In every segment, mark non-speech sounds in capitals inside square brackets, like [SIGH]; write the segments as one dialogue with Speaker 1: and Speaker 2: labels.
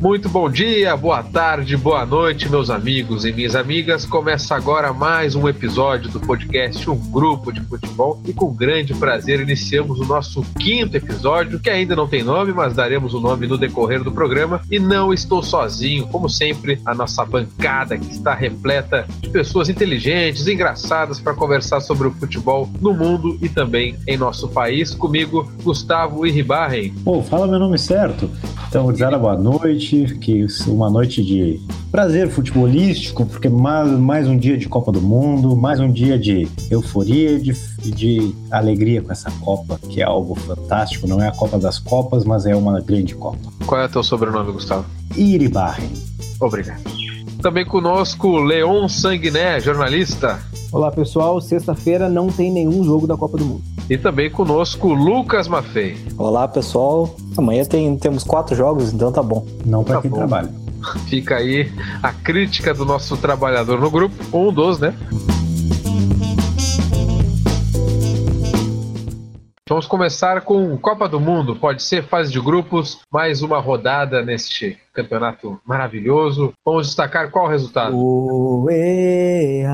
Speaker 1: Muito bom dia, boa tarde, boa noite, meus amigos e minhas amigas. Começa agora mais um episódio do podcast Um Grupo de Futebol e com grande prazer iniciamos o nosso quinto episódio, que ainda não tem nome, mas daremos o nome no decorrer do programa. E não estou sozinho, como sempre, a nossa bancada que está repleta de pessoas inteligentes, engraçadas para conversar sobre o futebol no mundo e também em nosso país. Comigo, Gustavo Iribarren.
Speaker 2: Pô, fala meu nome certo. Então, Zara, boa noite. Que uma noite de prazer futebolístico, porque mais, mais um dia de Copa do Mundo, mais um dia de euforia, de, de alegria com essa Copa, que é algo fantástico. Não é a Copa das Copas, mas é uma grande Copa.
Speaker 1: Qual é o teu sobrenome, Gustavo?
Speaker 2: Iribarren.
Speaker 1: Obrigado. Também conosco, Leon Sanguiné, jornalista.
Speaker 3: Olá pessoal, sexta-feira não tem nenhum jogo da Copa do Mundo.
Speaker 1: E também conosco, Lucas Maffei.
Speaker 4: Olá pessoal, amanhã tem, temos quatro jogos, então tá bom.
Speaker 2: Não para
Speaker 1: Tá
Speaker 2: quem
Speaker 1: bom.
Speaker 2: trabalha.
Speaker 1: Fica aí a crítica do nosso trabalhador no grupo, um dos, né? Vamos começar com Copa do Mundo, pode ser fase de grupos, mais uma rodada neste campeonato maravilhoso. Vamos destacar qual o resultado?
Speaker 3: Oea.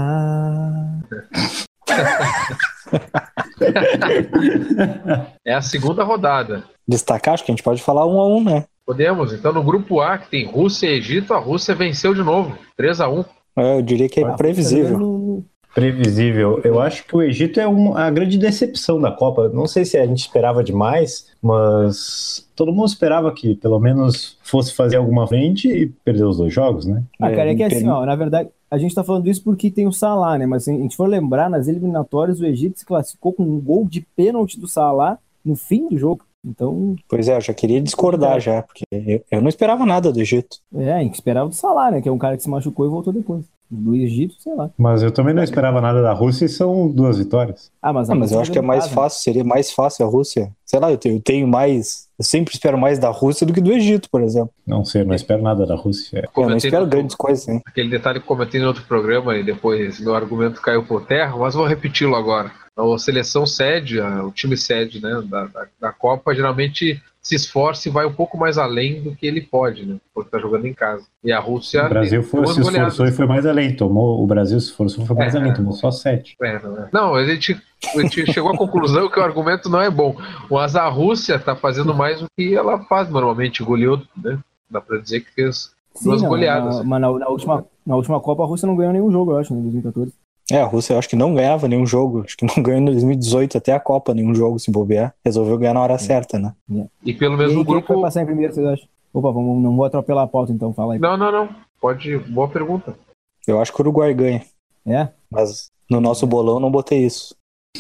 Speaker 1: É a segunda rodada.
Speaker 4: Destacar, acho que a gente pode falar um a um, né?
Speaker 1: Podemos, então no grupo A, que tem Rússia e Egito, a Rússia venceu de novo, 3 a 1
Speaker 4: É, Eu diria
Speaker 3: Ah,
Speaker 4: que é
Speaker 3: tá
Speaker 4: previsível.
Speaker 2: Previsível. Eu acho que o Egito é um- a grande decepção da Copa. Não sei se a gente esperava demais, mas todo mundo esperava que pelo menos fosse fazer alguma frente e perder os dois jogos, né?
Speaker 3: Ah, cara, é que
Speaker 4: É,
Speaker 3: assim, ó, na verdade, a gente tá falando isso porque tem o Salah, né? Mas se a gente for lembrar, nas eliminatórias, o Egito se classificou com um gol de pênalti do Salah no fim do jogo. Então,
Speaker 4: Pois é, eu já queria discordar já, porque eu, eu não esperava nada do Egito.
Speaker 3: é, a gente esperava do Salah, né? Que é um cara que se machucou e voltou depois. Do Egito, sei lá.
Speaker 2: Mas eu também não esperava nada da Rússia e são duas vitórias.
Speaker 3: Ah, mas,
Speaker 4: Ah, mas eu acho que é mais
Speaker 3: fácil.
Speaker 4: fácil, seria mais fácil a Rússia. Sei lá, eu tenho, eu tenho mais. Eu sempre espero mais da Rússia do que do Egito, por exemplo.
Speaker 2: Não sei, não espero nada da Rússia.
Speaker 4: Eu não espero
Speaker 1: no-
Speaker 4: grandes coisas, né?
Speaker 1: aquele detalhe que eu comentei em outro programa e depois meu argumento caiu por terra, mas vou repeti-lo agora. A seleção sede, a- o time sede né, da, da, da Copa, geralmente se esforça e vai um pouco mais além do que ele pode, né? Porque está jogando em casa. E a Rússia.
Speaker 2: O Brasil foi-
Speaker 1: duas
Speaker 2: se
Speaker 1: goleadas.
Speaker 2: esforçou e foi mais além. Tomou, o Brasil se esforçou e foi mais
Speaker 1: É.
Speaker 2: além, tomou só sete.
Speaker 1: É, não, é. Não, a gente, a gente chegou à conclusão que o argumento não é bom. Mas a Rússia está fazendo mais do que ela faz normalmente, goleou, né? Dá para dizer que fez. Duas
Speaker 3: não,
Speaker 1: goleadas.
Speaker 3: na- Mas na, na última, na última Copa a Rússia não ganhou nenhum jogo, eu acho, né, em 2014.
Speaker 4: É, a Rússia eu acho que não ganhava nenhum jogo. Acho que não [LAUGHS] ganhou em 2018 até a Copa, nenhum jogo se bobear. Resolveu ganhar na hora certa, né?
Speaker 1: E pelo
Speaker 3: e
Speaker 1: mesmo
Speaker 3: aí,
Speaker 1: um
Speaker 3: quem
Speaker 1: grupo.
Speaker 3: foi passar em primeiro, vocês acham? Opa, vamos, não vou atropelar a pauta então, fala aí.
Speaker 1: Não, não, não. Pode. Boa pergunta.
Speaker 4: Eu acho que o Uruguai ganha.
Speaker 3: É?
Speaker 4: Mas no nosso bolão eu não botei isso. [LAUGHS]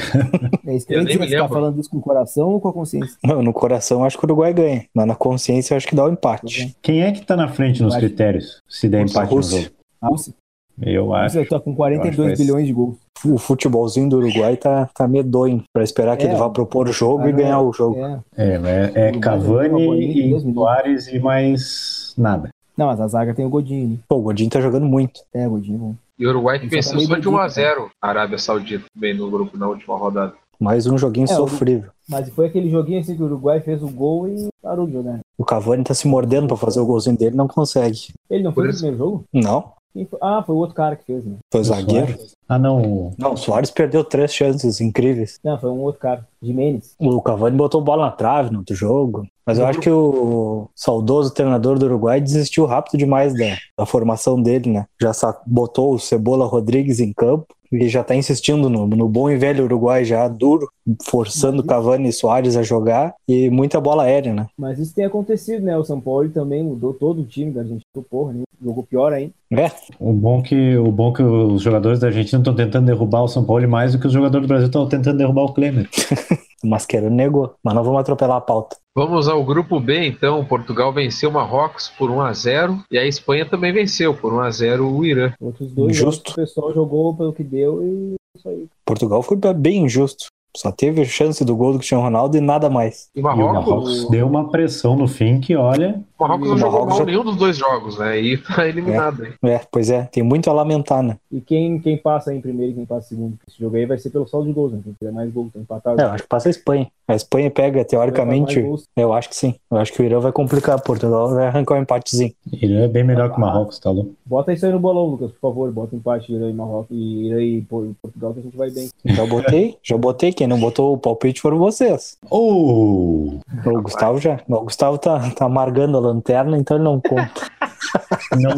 Speaker 3: É isso que
Speaker 1: Eu
Speaker 3: eu
Speaker 1: nem me
Speaker 3: ficar
Speaker 1: lembro.
Speaker 3: falando isso com o coração ou com a consciência?
Speaker 4: Não, no coração eu acho que o Uruguai ganha. Mas na consciência eu acho que dá o empate.
Speaker 2: Quem é que tá na frente nos
Speaker 3: Empate.
Speaker 2: critérios se der
Speaker 4: Rússia,
Speaker 2: empate no
Speaker 4: Rússia.
Speaker 2: jogo?
Speaker 3: A Rússia,
Speaker 2: Eu
Speaker 3: a
Speaker 2: acho.
Speaker 3: Rússia tá com
Speaker 2: eu acho
Speaker 3: 42
Speaker 4: é
Speaker 2: que
Speaker 3: bilhões de gols.
Speaker 4: O futebolzinho do Uruguai tá, tá medonho pra esperar que
Speaker 3: É.
Speaker 4: ele vá propor o jogo e
Speaker 3: Ah, não.
Speaker 4: ganhar o jogo.
Speaker 3: É.
Speaker 2: É, mas é,
Speaker 3: O Brasil
Speaker 2: Cavani
Speaker 3: tem uma bolinha,
Speaker 2: e
Speaker 3: Deus me livre.
Speaker 2: Soares e mais nada.
Speaker 3: Não, mas a zaga tem o Godinho. né?
Speaker 4: Pô, o Godinho tá jogando muito.
Speaker 3: É, Godinho. bom.
Speaker 1: E o Uruguai que
Speaker 4: Então,
Speaker 3: Ele só
Speaker 1: venceu
Speaker 3: tá meio
Speaker 1: só de
Speaker 3: doido,
Speaker 1: 1 a
Speaker 3: né?
Speaker 1: 0 a Arábia Saudita bem no grupo na última rodada.
Speaker 4: Mais um joguinho
Speaker 3: É, o-
Speaker 4: sofrível.
Speaker 3: Mas foi aquele joguinho assim que o Uruguai fez o gol e parou né? de jogar.
Speaker 4: O Cavani tá se mordendo pra fazer o golzinho dele, não consegue.
Speaker 3: Ele não
Speaker 1: Por
Speaker 3: foi no
Speaker 1: isso-
Speaker 3: primeiro jogo?
Speaker 4: Não,
Speaker 3: Quem foi? Ah, foi o outro cara que fez, né?
Speaker 4: foi o
Speaker 2: O
Speaker 4: zagueiro.
Speaker 2: Ah, não. o-
Speaker 4: Não, o Soares perdeu três chances incríveis.
Speaker 3: Não, foi um outro cara. Jimenez.
Speaker 4: O Cavani botou bola na trave no outro jogo. Mas eu
Speaker 1: No
Speaker 4: acho que o saudoso treinador do Uruguai desistiu rápido demais da, da formação dele, né? Já sa- botou o Cebola Rodrigues em campo e já tá insistindo no, no bom e velho Uruguai já, duro, forçando Cavani e Soares a jogar e muita bola aérea, né?
Speaker 3: Mas isso tem acontecido, né? O São Paulo também mudou todo o time da Argentina, porra, né? Jogou pior ainda.
Speaker 4: É,
Speaker 2: O bom que o bom que os jogadores da Argentina estão tentando derrubar o São Paulo mais do que os jogadores do Brasil estão tentando derrubar o Klemer.
Speaker 4: o Mascherano negou, mas não vamos atropelar a pauta.
Speaker 1: Vamos ao grupo B, então. Portugal venceu Marrocos por 1 a 0 e a Espanha também venceu por 1 a 0 o Irã.
Speaker 3: Outros dois jogos
Speaker 4: Justo.
Speaker 3: que o pessoal jogou pelo que deu e isso aí.
Speaker 4: Portugal foi bem injusto. Só teve chance do gol do Cristiano Ronaldo e nada mais.
Speaker 1: E
Speaker 2: E o
Speaker 1: Marrocos,
Speaker 2: Marrocos deu uma pressão no fim que, olha,
Speaker 1: O Marrocos não
Speaker 4: O
Speaker 1: jogou
Speaker 4: Marrocos
Speaker 1: mal
Speaker 4: já-
Speaker 1: nenhum dos dois jogos, né? E tá eliminado aí.
Speaker 4: É, pois é, tem muito a lamentar, né?
Speaker 3: E quem, quem passa em primeiro e quem passa em segundo? Esse jogo aí vai ser pelo saldo de gols, né? Quem tiver mais gols, tá empatado.
Speaker 4: É, eu acho que passa a Espanha. A Espanha pega, teoricamente,
Speaker 3: Vai mais gols.
Speaker 4: eu acho que sim. Eu acho que o Irã vai complicar, Portugal vai arrancar um empatezinho.
Speaker 2: Irã é bem melhor que o Marrocos, tá louco?
Speaker 3: Bota isso aí no bolão, Lucas, por favor. Bota um empate Irã e Marrocos e Irã e Por- Portugal que a gente vai bem.
Speaker 4: Já botei, já botei. Quem não botou o palpite foram vocês.
Speaker 2: Oh!
Speaker 4: O Gustavo já. O Gustavo tá, tá amargando a lanterna, então ele não conta.
Speaker 2: Não,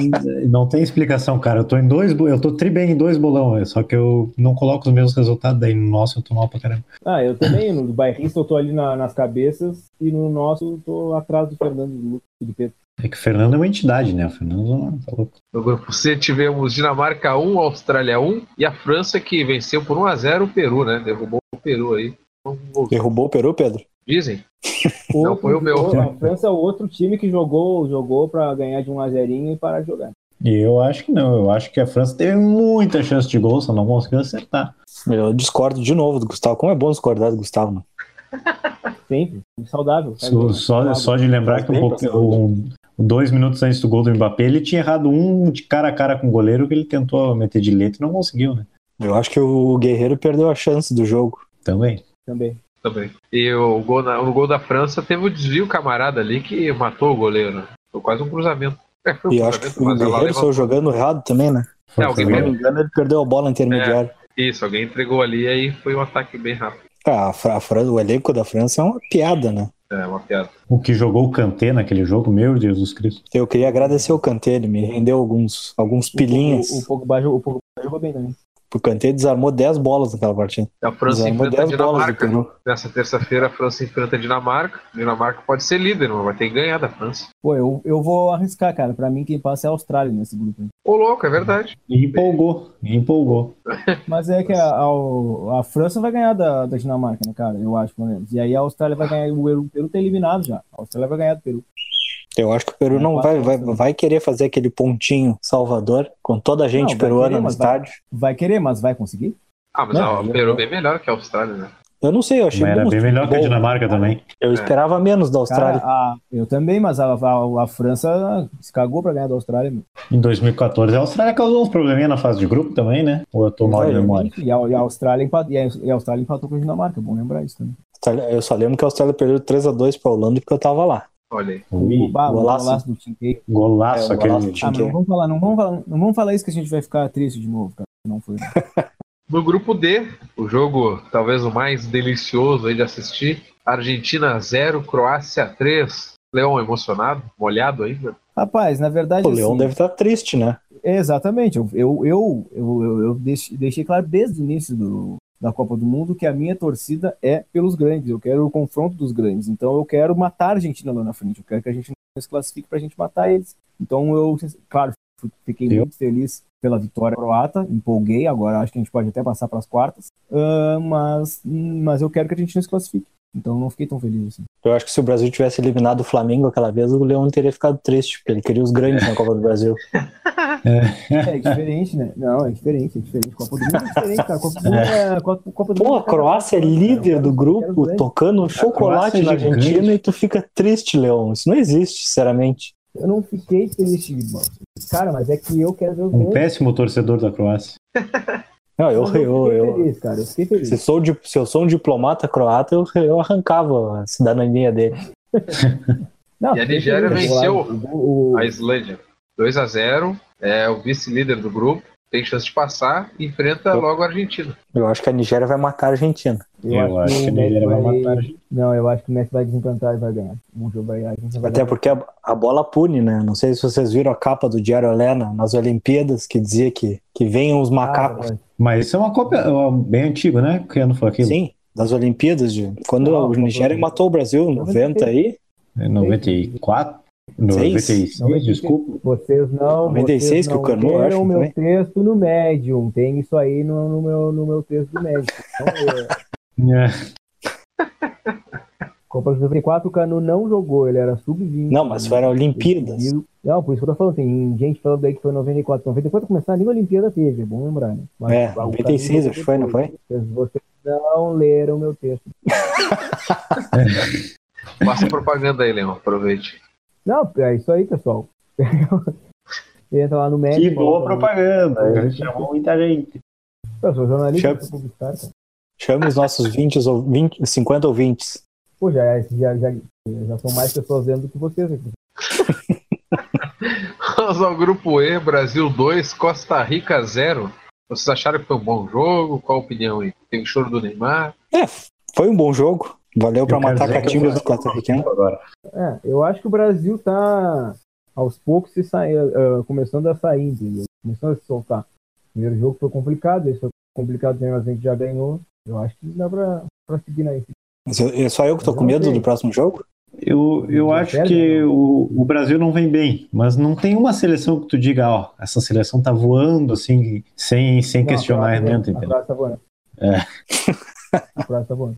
Speaker 2: não tem explicação, cara. Eu tô em dois, bo- eu tô tri bem em dois bolão, é, só que eu não coloco os meus resultados daí no nosso, eu tô mal pra caramba.
Speaker 3: Ah, eu também. No bairrista eu tô ali na- nas cabeças e no nosso eu tô atrás do Fernando, do Lucas e do Pedro.
Speaker 2: É que o Fernando é uma entidade, né? O Fernando ah, tá louco.
Speaker 1: No grupo C tivemos Dinamarca 1, Austrália 1 e a França que venceu por 1x0 o Peru, né? Derrubou o Peru aí. Então,
Speaker 4: [LAUGHS] Derrubou o Peru, Pedro?
Speaker 1: Dizem. Não, foi o meu. né?
Speaker 3: A França é outro time que jogou, jogou pra ganhar de um lazerinho e parar de jogar.
Speaker 2: E eu acho que não, eu acho que a França teve muita chance de gol, só não conseguiu acertar.
Speaker 4: Eu discordo de novo do Gustavo. Como é bom discordar do Gustavo, mano.
Speaker 3: Sempre.
Speaker 4: É,
Speaker 3: Saudável. faz
Speaker 2: Só,
Speaker 3: gol.
Speaker 2: só, só de lembrar que um
Speaker 4: né? Bem
Speaker 2: pouco- um- dois minutos antes do gol do Mbappé, ele tinha errado um de cara a cara com o goleiro que ele tentou meter de letra e não conseguiu, né?
Speaker 4: Eu acho que o Guerreiro perdeu a chance do jogo.
Speaker 2: Também.
Speaker 3: Também.
Speaker 1: Também. E o gol, na- o gol da França teve o desvio camarada ali que matou o goleiro. né? Foi quase um cruzamento. É, foi um
Speaker 4: E eu acho que o
Speaker 1: mas ela
Speaker 4: Guerreiro
Speaker 1: levantou.
Speaker 4: saiu jogando errado também, né?
Speaker 2: Foi
Speaker 1: É, alguém
Speaker 4: Se
Speaker 2: foi-
Speaker 4: não me engano, ele perdeu a bola intermediária.
Speaker 1: Isso, alguém entregou ali e aí foi um ataque bem rápido.
Speaker 4: Ah, a Fra- a Fran- o elenco da França é uma piada, né?
Speaker 1: É uma piada.
Speaker 2: o que jogou o Kanté naquele jogo, meu Jesus Cristo.
Speaker 4: Eu queria agradecer o Kanté, ele me rendeu alguns, alguns pilinhas.
Speaker 3: O, o, o Pogba jogou- o Pogba jogou bem também.
Speaker 4: O Kanté desarmou 10 bolas naquela partida.
Speaker 1: A França
Speaker 4: Desarmou
Speaker 1: enfrenta a
Speaker 4: 10 é bolas do
Speaker 1: Dinamarca. né?
Speaker 4: Peru.
Speaker 1: Nessa terça-feira a França enfrenta a Dinamarca. A Dinamarca pode ser líder, mas vai ter que ganhar da França.
Speaker 3: Pô, eu, eu vou arriscar, cara. Pra mim, quem passa é a Austrália nesse grupo. aí.
Speaker 1: Ô louco, é verdade.
Speaker 2: E empolgou, e empolgou.
Speaker 3: Mas é que a, a- a França vai ganhar da, da Dinamarca, né, cara? Eu acho, pelo menos. E aí a Austrália vai ganhar. O Peru, o Peru tá eliminado já. A Austrália vai ganhar do Peru.
Speaker 4: Eu acho que o Peru não vai, vai, vai querer fazer aquele pontinho Salvador, com toda a gente
Speaker 3: assim- Não, vai
Speaker 4: peruana
Speaker 3: querer,
Speaker 4: no
Speaker 3: mas vai-
Speaker 4: estádio.
Speaker 3: Vai querer, mas vai conseguir?
Speaker 1: Ah, mas
Speaker 4: Não,
Speaker 1: a-
Speaker 4: eu-
Speaker 1: o Peru é bem melhor que a Austrália, né?
Speaker 4: Eu não sei, eu achei
Speaker 2: Mas era
Speaker 4: bom.
Speaker 2: bem melhor que a
Speaker 4: Bom,
Speaker 2: Dinamarca também.
Speaker 4: Eu esperava menos da
Speaker 3: Cara,
Speaker 4: Austrália.
Speaker 3: a- eu também, mas a, a- a França se cagou pra ganhar da Austrália. Meu.
Speaker 2: Em 2014, a Austrália causou uns probleminha na fase de grupo também, né? Ou eu tô mal de
Speaker 4: Vai,
Speaker 2: memória?
Speaker 3: E a, e a Austrália empatou, e a, e a Austrália empatou com a Dinamarca. É bom lembrar isso também.
Speaker 4: Austrália- Eu só lembro que a Austrália perdeu 3x2 pra Holanda porque eu tava lá.
Speaker 1: Olha aí.
Speaker 2: Ui,
Speaker 3: Bah, o
Speaker 4: golaço.
Speaker 3: golaço do Tim Kay.
Speaker 4: É,
Speaker 2: golaço
Speaker 4: o
Speaker 2: aquele.
Speaker 4: golaço.
Speaker 3: Ah, mas
Speaker 4: Kay.
Speaker 3: não vamos falar, não vamos falar, não vamos falar isso que a gente vai ficar triste de novo, cara. Não foi.
Speaker 1: No grupo D, o jogo talvez o mais delicioso aí de assistir. Argentina 0, Croácia 3. Leão emocionado, molhado ainda.
Speaker 3: Rapaz, na verdade.
Speaker 4: O Leão
Speaker 3: assim,
Speaker 4: deve estar triste, né?
Speaker 3: É, Exatamente. Eu, eu, eu, eu, eu- eu deixe- deixei claro desde o início do- da Copa do Mundo que a minha torcida é pelos grandes. Eu quero o confronto dos grandes. Então eu quero matar a Argentina lá na frente. Eu quero que a gente não se classifique para a gente matar eles. Então eu, claro, fui- fiquei
Speaker 2: Eu-
Speaker 3: muito feliz pela vitória croata. Empolguei. Agora acho que a gente pode até passar para as quartas. Ah, mas, mas eu quero que a gente não se classifique. Então eu não fiquei tão feliz
Speaker 4: [LAUGHS]
Speaker 3: assim.
Speaker 4: Eu acho que se o Brasil tivesse eliminado o Flamengo aquela vez, o Leão teria ficado triste, porque ele queria os grandes na Copa do Brasil.
Speaker 3: É diferente, né? Não, é diferente, é diferente. Copa do Mundo é diferente, cara. Copa do Mundo é. Copa, Copa do
Speaker 4: Pô,
Speaker 3: Mundo
Speaker 4: a Croácia é líder do grupo, tocando
Speaker 2: Croácia
Speaker 4: chocolate
Speaker 2: é
Speaker 4: na
Speaker 2: gigante.
Speaker 4: Argentina e tu fica triste, Leão. Isso não existe, sinceramente.
Speaker 3: Eu não fiquei triste, irmão. Cara, mas é que eu quero ver o
Speaker 2: Um
Speaker 3: grande.
Speaker 2: péssimo torcedor da Croácia.
Speaker 4: Não, eu,
Speaker 3: Mas
Speaker 4: eu,
Speaker 3: fiquei
Speaker 4: eu,
Speaker 3: feliz, cara. Eu fiquei feliz.
Speaker 4: se, sou de, se eu sou um diplomata croata, eu, eu arrancava a cidadania dele.
Speaker 3: Não,
Speaker 1: E a
Speaker 3: fiquei
Speaker 1: Nigéria
Speaker 3: feliz.
Speaker 1: venceu
Speaker 3: O- o-
Speaker 1: A Islândia 2 a 0, é o vice-líder do grupo, tem chance de passar e enfrenta logo a Argentina.
Speaker 4: Eu acho que a Nigéria vai matar a Argentina.
Speaker 3: eu, acho que
Speaker 2: a
Speaker 3: o Messi
Speaker 2: Nigéria vai
Speaker 3: vai...
Speaker 2: matar. a gente.
Speaker 3: Não, eu acho que o Messi vai desencantar e vai ganhar. O jogo vai... A gente vai
Speaker 4: Até
Speaker 3: ganhar.
Speaker 4: porque a, a bola pune, né? Não sei se vocês viram a capa do Diário Helena nas Olimpíadas, que dizia que, que venham os macacos.
Speaker 3: Ah,
Speaker 2: Mas isso é uma cópia ó, bem antiga, né? Que ano foi aquilo?
Speaker 4: Sim, das Olimpíadas, de, quando
Speaker 3: Não,
Speaker 4: o Nigéria
Speaker 3: não.
Speaker 4: matou o Brasil, 90 aí.
Speaker 2: É 94? 96,
Speaker 3: 96.
Speaker 2: desculpa.
Speaker 3: Vocês não.
Speaker 4: 96
Speaker 3: vocês
Speaker 4: que o
Speaker 3: não
Speaker 4: Canu, eu
Speaker 3: leram
Speaker 4: acho,
Speaker 3: o meu
Speaker 4: também.
Speaker 3: texto no Medium. Tem isso aí no, no meu, no meu texto do Medium. Então, é,
Speaker 2: É.
Speaker 3: Copa de 94, o Canu não jogou. Ele era sub-20.
Speaker 4: Não, mas foram Olimpíadas.
Speaker 3: Não, por isso que eu tô falando, assim, tem gente falando aí que foi em 94. 94 começar, nem a Olimpíada teve, é bom lembrar, né? Mas,
Speaker 4: É,
Speaker 3: o caminho
Speaker 4: 96 acho que foi, não
Speaker 3: depois. Vocês não leram meu texto.
Speaker 1: Faça propaganda aí, Leão, aproveite.
Speaker 5: Não, é isso aí,
Speaker 3: [LAUGHS]
Speaker 5: pessoal. Entra lá no médico.
Speaker 2: Que
Speaker 3: né?
Speaker 2: boa propaganda. A gente chamou muita gente.
Speaker 5: Eu sou jornalista,
Speaker 4: Chama-
Speaker 5: sou publicitário.
Speaker 3: tá?"
Speaker 5: cara.
Speaker 4: Chame os nossos 20 ou 20, 50 ouvintes.
Speaker 5: Pô, já, já, já, já são mais pessoas vendo do que vocês aqui.
Speaker 1: Vamos ao grupo E, Brasil 2, Costa Rica 0. Vocês acharam que foi um bom jogo? Qual a opinião aí? Teve choro do Neymar?
Speaker 4: É, foi um bom jogo. Valeu pra
Speaker 2: Eu quero
Speaker 4: matar
Speaker 2: dizer que eu
Speaker 4: catingas
Speaker 2: gosto
Speaker 4: do Catarinense.
Speaker 2: Agora.
Speaker 5: É, eu acho que o Brasil tá aos poucos se sai, eh, começando a sair, entendeu? Começando a se soltar. O primeiro jogo foi complicado, esse foi complicado também, mas a gente já ganhou. Eu acho que dá pra, pra seguir na
Speaker 4: Mas eu- é só eu que tô com
Speaker 5: Não
Speaker 4: medo
Speaker 5: sei.
Speaker 4: do próximo jogo?
Speaker 2: Eu, eu
Speaker 5: Não
Speaker 2: acho
Speaker 5: perde,
Speaker 2: que o, o Brasil não vem bem, mas não tem uma seleção que tu diga, ó, essa seleção tá voando assim, sem, sem questionamento,
Speaker 3: né?
Speaker 5: A
Speaker 2: entendeu?
Speaker 5: frase tá boa.
Speaker 2: É.
Speaker 5: A frase tá boa.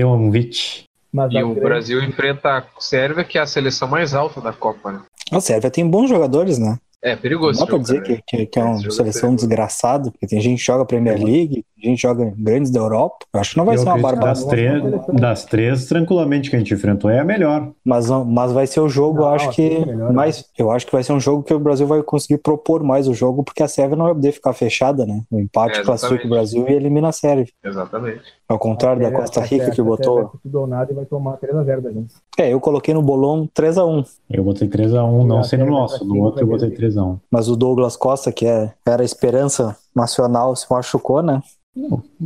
Speaker 2: Leonvitch.
Speaker 3: Tá
Speaker 5: Mas
Speaker 1: E
Speaker 5: a
Speaker 1: o
Speaker 5: grande-
Speaker 1: Brasil enfrenta a Sérvia, que é a seleção mais alta da Copa, né?
Speaker 4: A Sérvia tem bons jogadores, né?
Speaker 1: É
Speaker 4: Não
Speaker 1: perigoso.
Speaker 4: dá pra
Speaker 1: esse
Speaker 4: dizer
Speaker 1: jogo,
Speaker 4: que, que- que é uma
Speaker 1: Esse jogo é
Speaker 4: seleção
Speaker 1: perigoso.
Speaker 4: desgraçada, porque tem gente que joga Premier
Speaker 1: Uhum.
Speaker 4: League, tem gente que joga em grandes da Europa. Eu acho que não vai
Speaker 2: Eu
Speaker 4: ser uma
Speaker 2: acredito que tá-
Speaker 4: barbada,
Speaker 2: das,
Speaker 5: barbaridade.
Speaker 2: três, das três, tranquilamente, que a gente enfrentou é a melhor.
Speaker 4: mas, não- mas vai ser o jogo, eu
Speaker 5: Não,
Speaker 4: acho
Speaker 5: assim
Speaker 4: que.
Speaker 5: é melhor, né?
Speaker 4: mais, eu acho que vai ser um jogo que o Brasil vai conseguir propor mais o jogo, porque a Sérvia não vai poder ficar fechada, né? O empate
Speaker 1: É,
Speaker 4: classifica o
Speaker 1: exatamente.
Speaker 4: Brasil e elimina a Sérvia.
Speaker 1: né? Exatamente.
Speaker 4: Ao contrário
Speaker 2: é-
Speaker 4: da Costa Rica que botou.
Speaker 5: Vai tudo ou nada e vai tomar 3x0 da gente.
Speaker 4: É, eu coloquei no bolão 3 a 1
Speaker 2: Eu botei 3x1, não
Speaker 5: a
Speaker 2: sei no
Speaker 5: Sérvia
Speaker 2: nosso,
Speaker 5: pra
Speaker 2: no
Speaker 5: cima
Speaker 2: outro eu
Speaker 5: vai
Speaker 2: botei
Speaker 5: perder.
Speaker 2: 3x1.
Speaker 4: Mas o Douglas Costa, que é- era a esperança nacional, se machucou, né?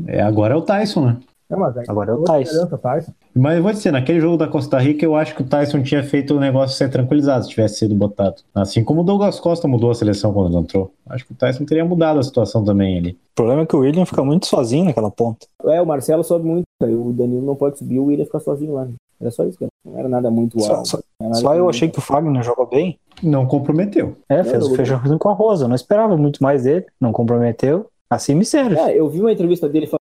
Speaker 2: É, agora é o Tyson, né?
Speaker 5: Não, mas aí-
Speaker 4: Agora é o
Speaker 5: outra
Speaker 4: Tyson.
Speaker 5: esperança, Tyson.
Speaker 2: Mas eu vou dizer, naquele jogo da Costa Rica, eu acho que o Tyson tinha feito o negócio ser tranquilizado se tivesse sido botado. Assim como o Douglas Costa mudou a seleção quando ele entrou. Acho que o Tyson teria mudado a situação também ali.
Speaker 4: O problema é que o William fica muito sozinho naquela ponta.
Speaker 3: É, o Marcelo sobe muito, cara. o Danilo não pode subir, o William fica sozinho lá. né? Era só isso, cara. Não era nada muito
Speaker 4: Só,
Speaker 3: alto.
Speaker 4: só- só eu achei que o Fagner jogou bem.
Speaker 2: Não comprometeu.
Speaker 4: É, fez o
Speaker 3: jogou
Speaker 4: feijãozinho com arroz. Eu não esperava muito mais dele, não comprometeu. Assim me serve.
Speaker 3: É, eu vi uma entrevista dele fa-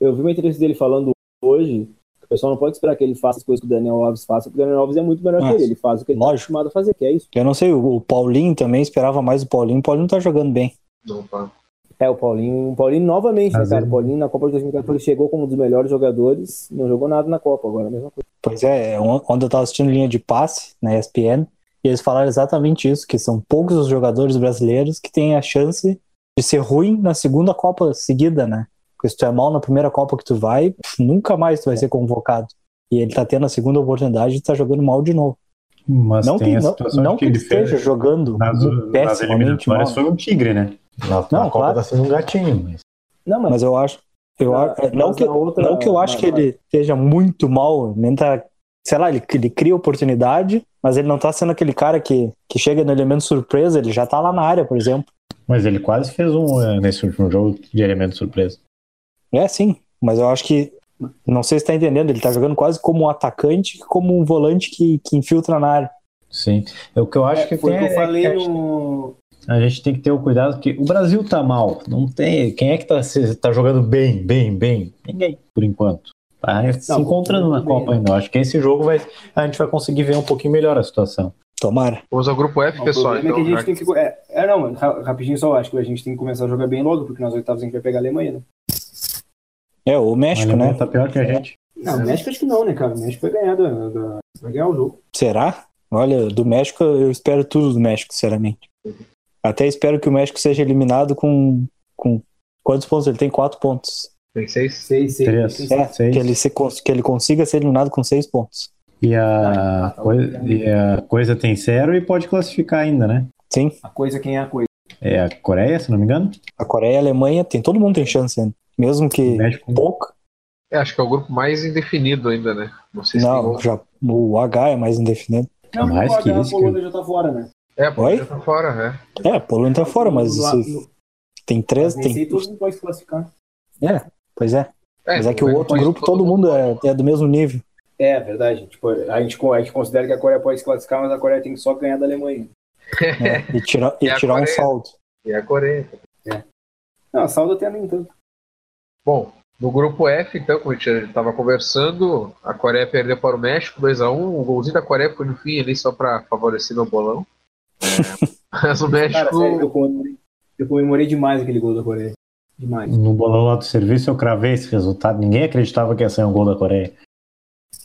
Speaker 3: eu vi uma entrevista dele falando hoje que o pessoal não pode esperar que ele faça as coisas que o Daniel Alves faça, porque o Daniel Alves é muito melhor
Speaker 4: Nossa.
Speaker 3: que ele, ele faz o que ele tá
Speaker 4: Lógico.
Speaker 3: acostumado a fazer, que é isso.
Speaker 4: Eu não sei, o o Paulinho também esperava mais o Paulinho. O Paulinho tá jogando bem.
Speaker 1: Não, tá.
Speaker 3: É, o Paulinho, o Paulinho novamente, né,
Speaker 2: Às
Speaker 3: cara?
Speaker 2: vezes.
Speaker 3: O Paulinho na Copa de 2014 ele chegou como um dos melhores jogadores, não jogou nada na Copa, agora é a mesma coisa.
Speaker 4: Pois é, on- ontem eu tava assistindo linha de passe na ESPN e eles falaram exatamente isso, que são poucos os jogadores brasileiros que têm a chance de ser ruim na segunda Copa seguida, né? Porque se tu é mal na primeira Copa que tu vai, pff, nunca mais tu
Speaker 2: É.
Speaker 4: vai ser convocado. E ele tá tendo a segunda oportunidade e tá jogando mal de novo.
Speaker 2: Mas
Speaker 4: não
Speaker 2: tem
Speaker 4: que,
Speaker 2: a
Speaker 4: não,
Speaker 2: situação
Speaker 4: não
Speaker 2: de
Speaker 4: que
Speaker 2: que
Speaker 4: ele
Speaker 2: ele
Speaker 4: esteja
Speaker 2: fez
Speaker 4: jogando
Speaker 2: nas, nas
Speaker 4: pessimamente mal.
Speaker 2: eliminatórias foi um tigre, né? Na, na
Speaker 4: Não,
Speaker 2: Copa
Speaker 4: claro.
Speaker 2: tá sendo um gatinho, mas
Speaker 3: Não, mas,
Speaker 4: Mas eu acho. Eu
Speaker 3: Na-
Speaker 4: acho é, não,
Speaker 3: mas
Speaker 4: que,
Speaker 3: na outra-
Speaker 4: não que eu acho
Speaker 3: na-
Speaker 4: que ele esteja muito mal, nem tá, sei lá, ele, ele cria oportunidade, mas ele não tá sendo aquele cara que, que chega no elemento surpresa, ele já tá lá na área, por exemplo.
Speaker 2: Mas ele quase fez um eh, nesse último jogo de elemento surpresa.
Speaker 4: É sim, mas eu acho que. Não sei se tá entendendo, ele tá jogando quase como um atacante, como um volante que, que infiltra na área.
Speaker 2: Sim. É o que eu acho que
Speaker 3: foi o
Speaker 2: tem
Speaker 3: que eu
Speaker 2: é
Speaker 3: falei
Speaker 2: que
Speaker 3: no...
Speaker 2: a gente tem que ter o cuidado porque o Brasil tá mal. Não tem. Quem é que tá, se- tá jogando bem, bem, bem? Ninguém, por enquanto. Tá se
Speaker 3: Não,
Speaker 2: encontrando na
Speaker 3: muito bem,
Speaker 2: Copa ainda. Eu Acho que esse jogo vai, a gente vai conseguir ver um pouquinho melhor a situação.
Speaker 4: Tomara.
Speaker 1: Vamos ao grupo F,
Speaker 3: Não,
Speaker 1: pessoal.
Speaker 3: o problema
Speaker 1: Então,
Speaker 3: é que a
Speaker 1: já
Speaker 3: gente tem que. É, é, não, ra- rapidinho só, acho que a gente tem que começar a jogar bem logo, porque nas oitavas a gente vai pegar a Alemanha, né?
Speaker 4: É, o México,
Speaker 2: A Alemanha
Speaker 4: né?
Speaker 2: Tá pior que a gente.
Speaker 3: Não, o México acho que não, né, cara? O México vai ganhar, da, da- vai ganhar o jogo.
Speaker 4: Será? Olha, do México eu espero tudo do México, sinceramente. Até espero que o México seja eliminado com. com quantos pontos? Ele tem quatro pontos.
Speaker 1: tem seis.
Speaker 3: Sei, sei.
Speaker 2: Três.
Speaker 3: sei, sei.
Speaker 4: É,
Speaker 2: Seis.
Speaker 4: que ele, se, cons- que ele consiga ser eliminado com seis pontos.
Speaker 2: E a, coisa, e a coisa tem zero e pode classificar ainda, né?
Speaker 4: Sim,
Speaker 3: A coisa quem é a coisa.
Speaker 2: É a Coreia, se não me engano.
Speaker 4: a Coreia e a Alemanha tem, todo mundo tem chance ainda. Mesmo
Speaker 2: O
Speaker 4: que
Speaker 2: México
Speaker 4: pouca.
Speaker 1: É, acho que é o grupo mais indefinido ainda, né? Não sei se tem
Speaker 4: Não,
Speaker 1: outro.
Speaker 4: já, o H é mais indefinido.
Speaker 2: Não, mais
Speaker 3: porque
Speaker 2: que
Speaker 3: a
Speaker 2: isso,
Speaker 3: Polônia já tá fora, né?
Speaker 1: É, pô,
Speaker 4: Oi?
Speaker 1: já tá fora, né?
Speaker 4: É, a Polônia tá fora, mas
Speaker 3: Lá-
Speaker 4: se tem três,
Speaker 3: Mas
Speaker 4: tem.
Speaker 3: aí todo mundo pode se classificar.
Speaker 4: É, pois é.
Speaker 1: É, tá
Speaker 4: Mas é que
Speaker 1: como
Speaker 4: o
Speaker 1: que
Speaker 4: outro
Speaker 1: faz
Speaker 4: grupo, todo mundo é, é do mesmo nível.
Speaker 3: É, verdade. Tipo, a gente, con- a gente considera que a Coreia pode se classificar, mas a Coreia tem que só ganhar da Alemanha.
Speaker 4: né? E tirar,
Speaker 1: É
Speaker 4: e
Speaker 1: a
Speaker 4: tirar um
Speaker 1: Coreia.
Speaker 4: saldo.
Speaker 1: E a Coreia.
Speaker 3: Não, a saldo até nem tanto.
Speaker 1: Bom, no grupo F, então, como a gente estava conversando, a Coreia perdeu para o México 2x1. O golzinho da Coreia foi no fim ali só para favorecer meu bolão.
Speaker 4: [LAUGHS]
Speaker 1: É, mas o
Speaker 3: Cara, sério,
Speaker 1: México.
Speaker 3: eu comemorei, eu comemorei demais aquele gol da Coreia. Demais.
Speaker 2: No bolão lá do serviço eu cravei esse resultado. Ninguém acreditava que ia sair um gol da Coreia.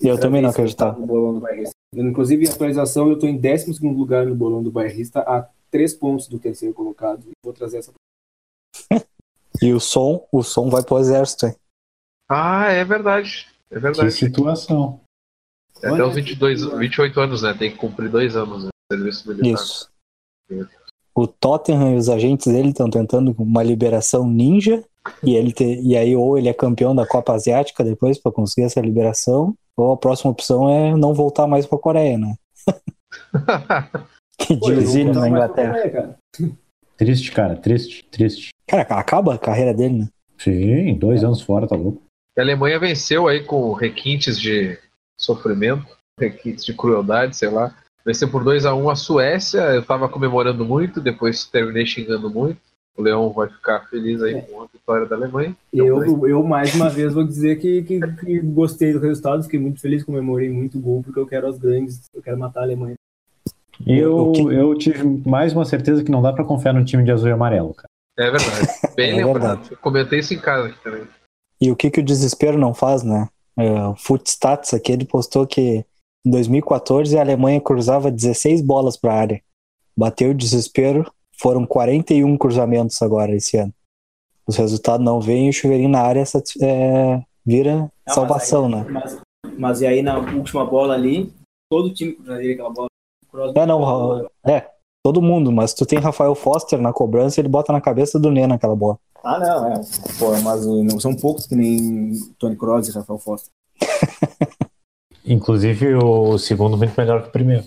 Speaker 3: É
Speaker 4: Eu também não acreditava.
Speaker 6: No bolão do bairrista. Eu, inclusive, em atualização, eu estou em 12 lugar no bolão do bairrista, a 3 pontos do terceiro colocado. Vou trazer essa.
Speaker 4: E o som, o som vai pro exército, hein?
Speaker 1: Ah, é verdade. É
Speaker 2: Que
Speaker 1: verdade.
Speaker 2: situação.
Speaker 1: É até os 22, 28 anos, né? Tem que cumprir dois anos, né? Serviço militar. [LAUGHS]
Speaker 4: Isso. O Tottenham e os agentes dele estão tentando uma liberação ninja. E, ele te- e aí, ou ele é campeão da Copa Asiática depois para conseguir essa liberação, ou a próxima opção é não voltar mais para a Coreia, né? [LAUGHS] Que
Speaker 3: Pô, eu vou
Speaker 4: dizem na
Speaker 3: voltar mais pra
Speaker 4: Inglaterra.
Speaker 3: Coreia, cara.
Speaker 2: Triste, cara, triste, triste.
Speaker 4: Cara, acaba a carreira dele, né?
Speaker 2: Sim, dois anos fora, tá louco.
Speaker 1: E a Alemanha venceu aí com requintes de sofrimento, requintes de crueldade, sei lá. Venceu por 2 a 1 a Suécia. Eu tava comemorando muito, depois terminei xingando muito. O Leão vai ficar feliz
Speaker 4: É.
Speaker 1: aí com a vitória da Alemanha.
Speaker 6: Eu, eu, mais uma vez, vou dizer que, que, que gostei do resultado, fiquei muito feliz, comemorei muito o gol, porque eu quero as grandes, eu quero matar a Alemanha.
Speaker 4: O
Speaker 2: Eu,
Speaker 4: que-
Speaker 2: eu tive mais uma certeza que não dá pra confiar no time de azul e amarelo, cara.
Speaker 1: É verdade.
Speaker 4: [LAUGHS]
Speaker 1: Bem
Speaker 4: É
Speaker 1: lembrado.
Speaker 4: verdade.
Speaker 1: Eu comentei isso em casa aqui também.
Speaker 4: E o que, que o desespero não faz, né? É, o Footstats aqui, ele postou que em 2014 a Alemanha cruzava 16 bolas para a área. Bateu o desespero, foram 41 cruzamentos agora esse ano. Os resultados não vêm e o chuveirinho na área satis- é, vira
Speaker 3: mas
Speaker 4: salvação, né?
Speaker 3: Mas, mas e aí na última bola ali, todo time cruzaria aquela bola. Cross-
Speaker 4: É, não, Ra- é, todo mundo, mas tu tem Rafael Foster na cobrança, ele bota na cabeça do Nena aquela bola.
Speaker 5: Ah, não, é. Pô, mas
Speaker 3: eh,
Speaker 5: o- não, são poucos que nem Tony Kroos e Rafael Foster.
Speaker 2: Inclusive, o segundo muito melhor que o primeiro.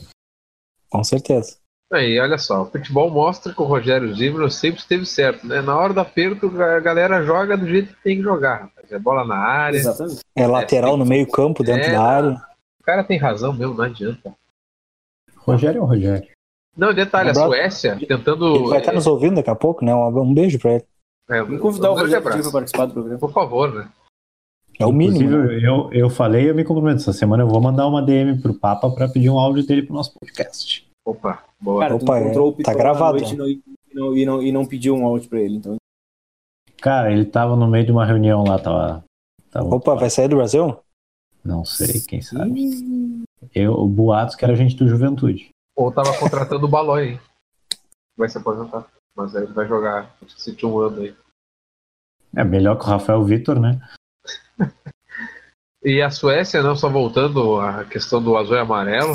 Speaker 4: Com certeza.
Speaker 1: Aí, olha só, o futebol mostra que o Rogério Zimmer sempre esteve certo, né? Na hora do aperto, a galera joga do jeito que tem que jogar, rapaz. É bola na área.
Speaker 5: Exatamente.
Speaker 4: É lateral no meio campo, dentro
Speaker 1: É.
Speaker 4: da área.
Speaker 1: O cara tem razão mesmo, não adianta.
Speaker 2: Rogério é o Rogério.
Speaker 1: Não, detalhe, a
Speaker 4: Abraço.
Speaker 1: Suécia
Speaker 4: Ele
Speaker 1: tentando.
Speaker 4: vai estar nos ouvindo daqui a pouco, né? Um, um beijo pra ele.
Speaker 1: é,
Speaker 5: Vamos convidar o
Speaker 1: um grande
Speaker 5: Rogério
Speaker 1: abraço.
Speaker 5: para participar do programa.
Speaker 1: Por favor, né?
Speaker 4: É o mínimo. né?
Speaker 2: Inclusive, eu, eu falei, eu me comprometo. Essa semana eu vou mandar uma DM pro Papa pra pedir um áudio dele pro nosso podcast.
Speaker 1: Opa, boa.
Speaker 5: Cara,
Speaker 4: Opa,
Speaker 5: tu encontrou
Speaker 4: é.
Speaker 5: o Piton
Speaker 4: Tá gravado,
Speaker 5: à noite e não, e, não, e, não, e não pediu um out pra ele, então.
Speaker 2: Cara, ele tava no meio de uma reunião lá, tava. tava
Speaker 4: Opa, vai sair do Brasil?
Speaker 2: Não sei, quem sabe. Eu, o Boatos, que era gente do Juventude.
Speaker 1: Ou tava contratando o Balói, hein? Vai se aposentar. Mas aí ele vai jogar City um ano aí.
Speaker 2: É melhor que o Rafael Vitor, né?
Speaker 1: E a Suécia, não só voltando à questão do azul e amarelo,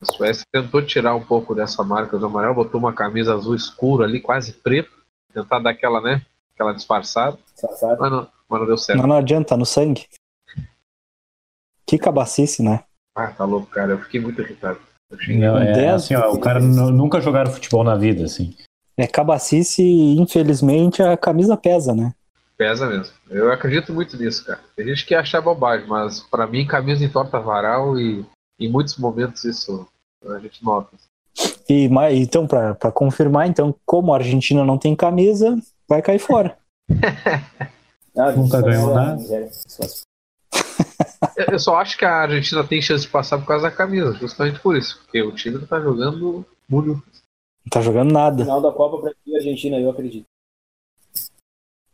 Speaker 1: a Suécia tentou tirar um pouco dessa marca do amarelo, botou uma camisa azul escuro ali, quase preto, tentar dar aquela, né? Aquela disfarçada,
Speaker 3: Sabe?
Speaker 1: mas não, mas não deu certo.
Speaker 4: Mas não adianta, tá no sangue. Que cabacice, né?
Speaker 1: Ah, tá louco, cara. Eu fiquei muito irritado. Eu xinguei.
Speaker 2: Não, é,
Speaker 4: Dez
Speaker 2: assim, ó, o cara nu- nunca jogaram futebol na vida, assim.
Speaker 4: É cabacice e, infelizmente, a camisa pesa, né?
Speaker 1: Pesa mesmo. Eu acredito muito nisso, cara. Tem gente que acha bobagem, mas pra mim, camisa entorta varal e em muitos momentos isso a gente nota.
Speaker 4: E, ma- então, pra, pra confirmar, então, como a Argentina não tem camisa, vai cair fora.
Speaker 3: Ah,
Speaker 2: Nunca
Speaker 3: só-
Speaker 2: ganhou nada.
Speaker 3: Só-
Speaker 1: Eu eu só acho que a Argentina tem chance de passar por causa da camisa, justamente por isso, porque o time não tá jogando muito.
Speaker 4: Não tá jogando nada.
Speaker 3: Final da Copa Brasil e Argentina, eu acredito.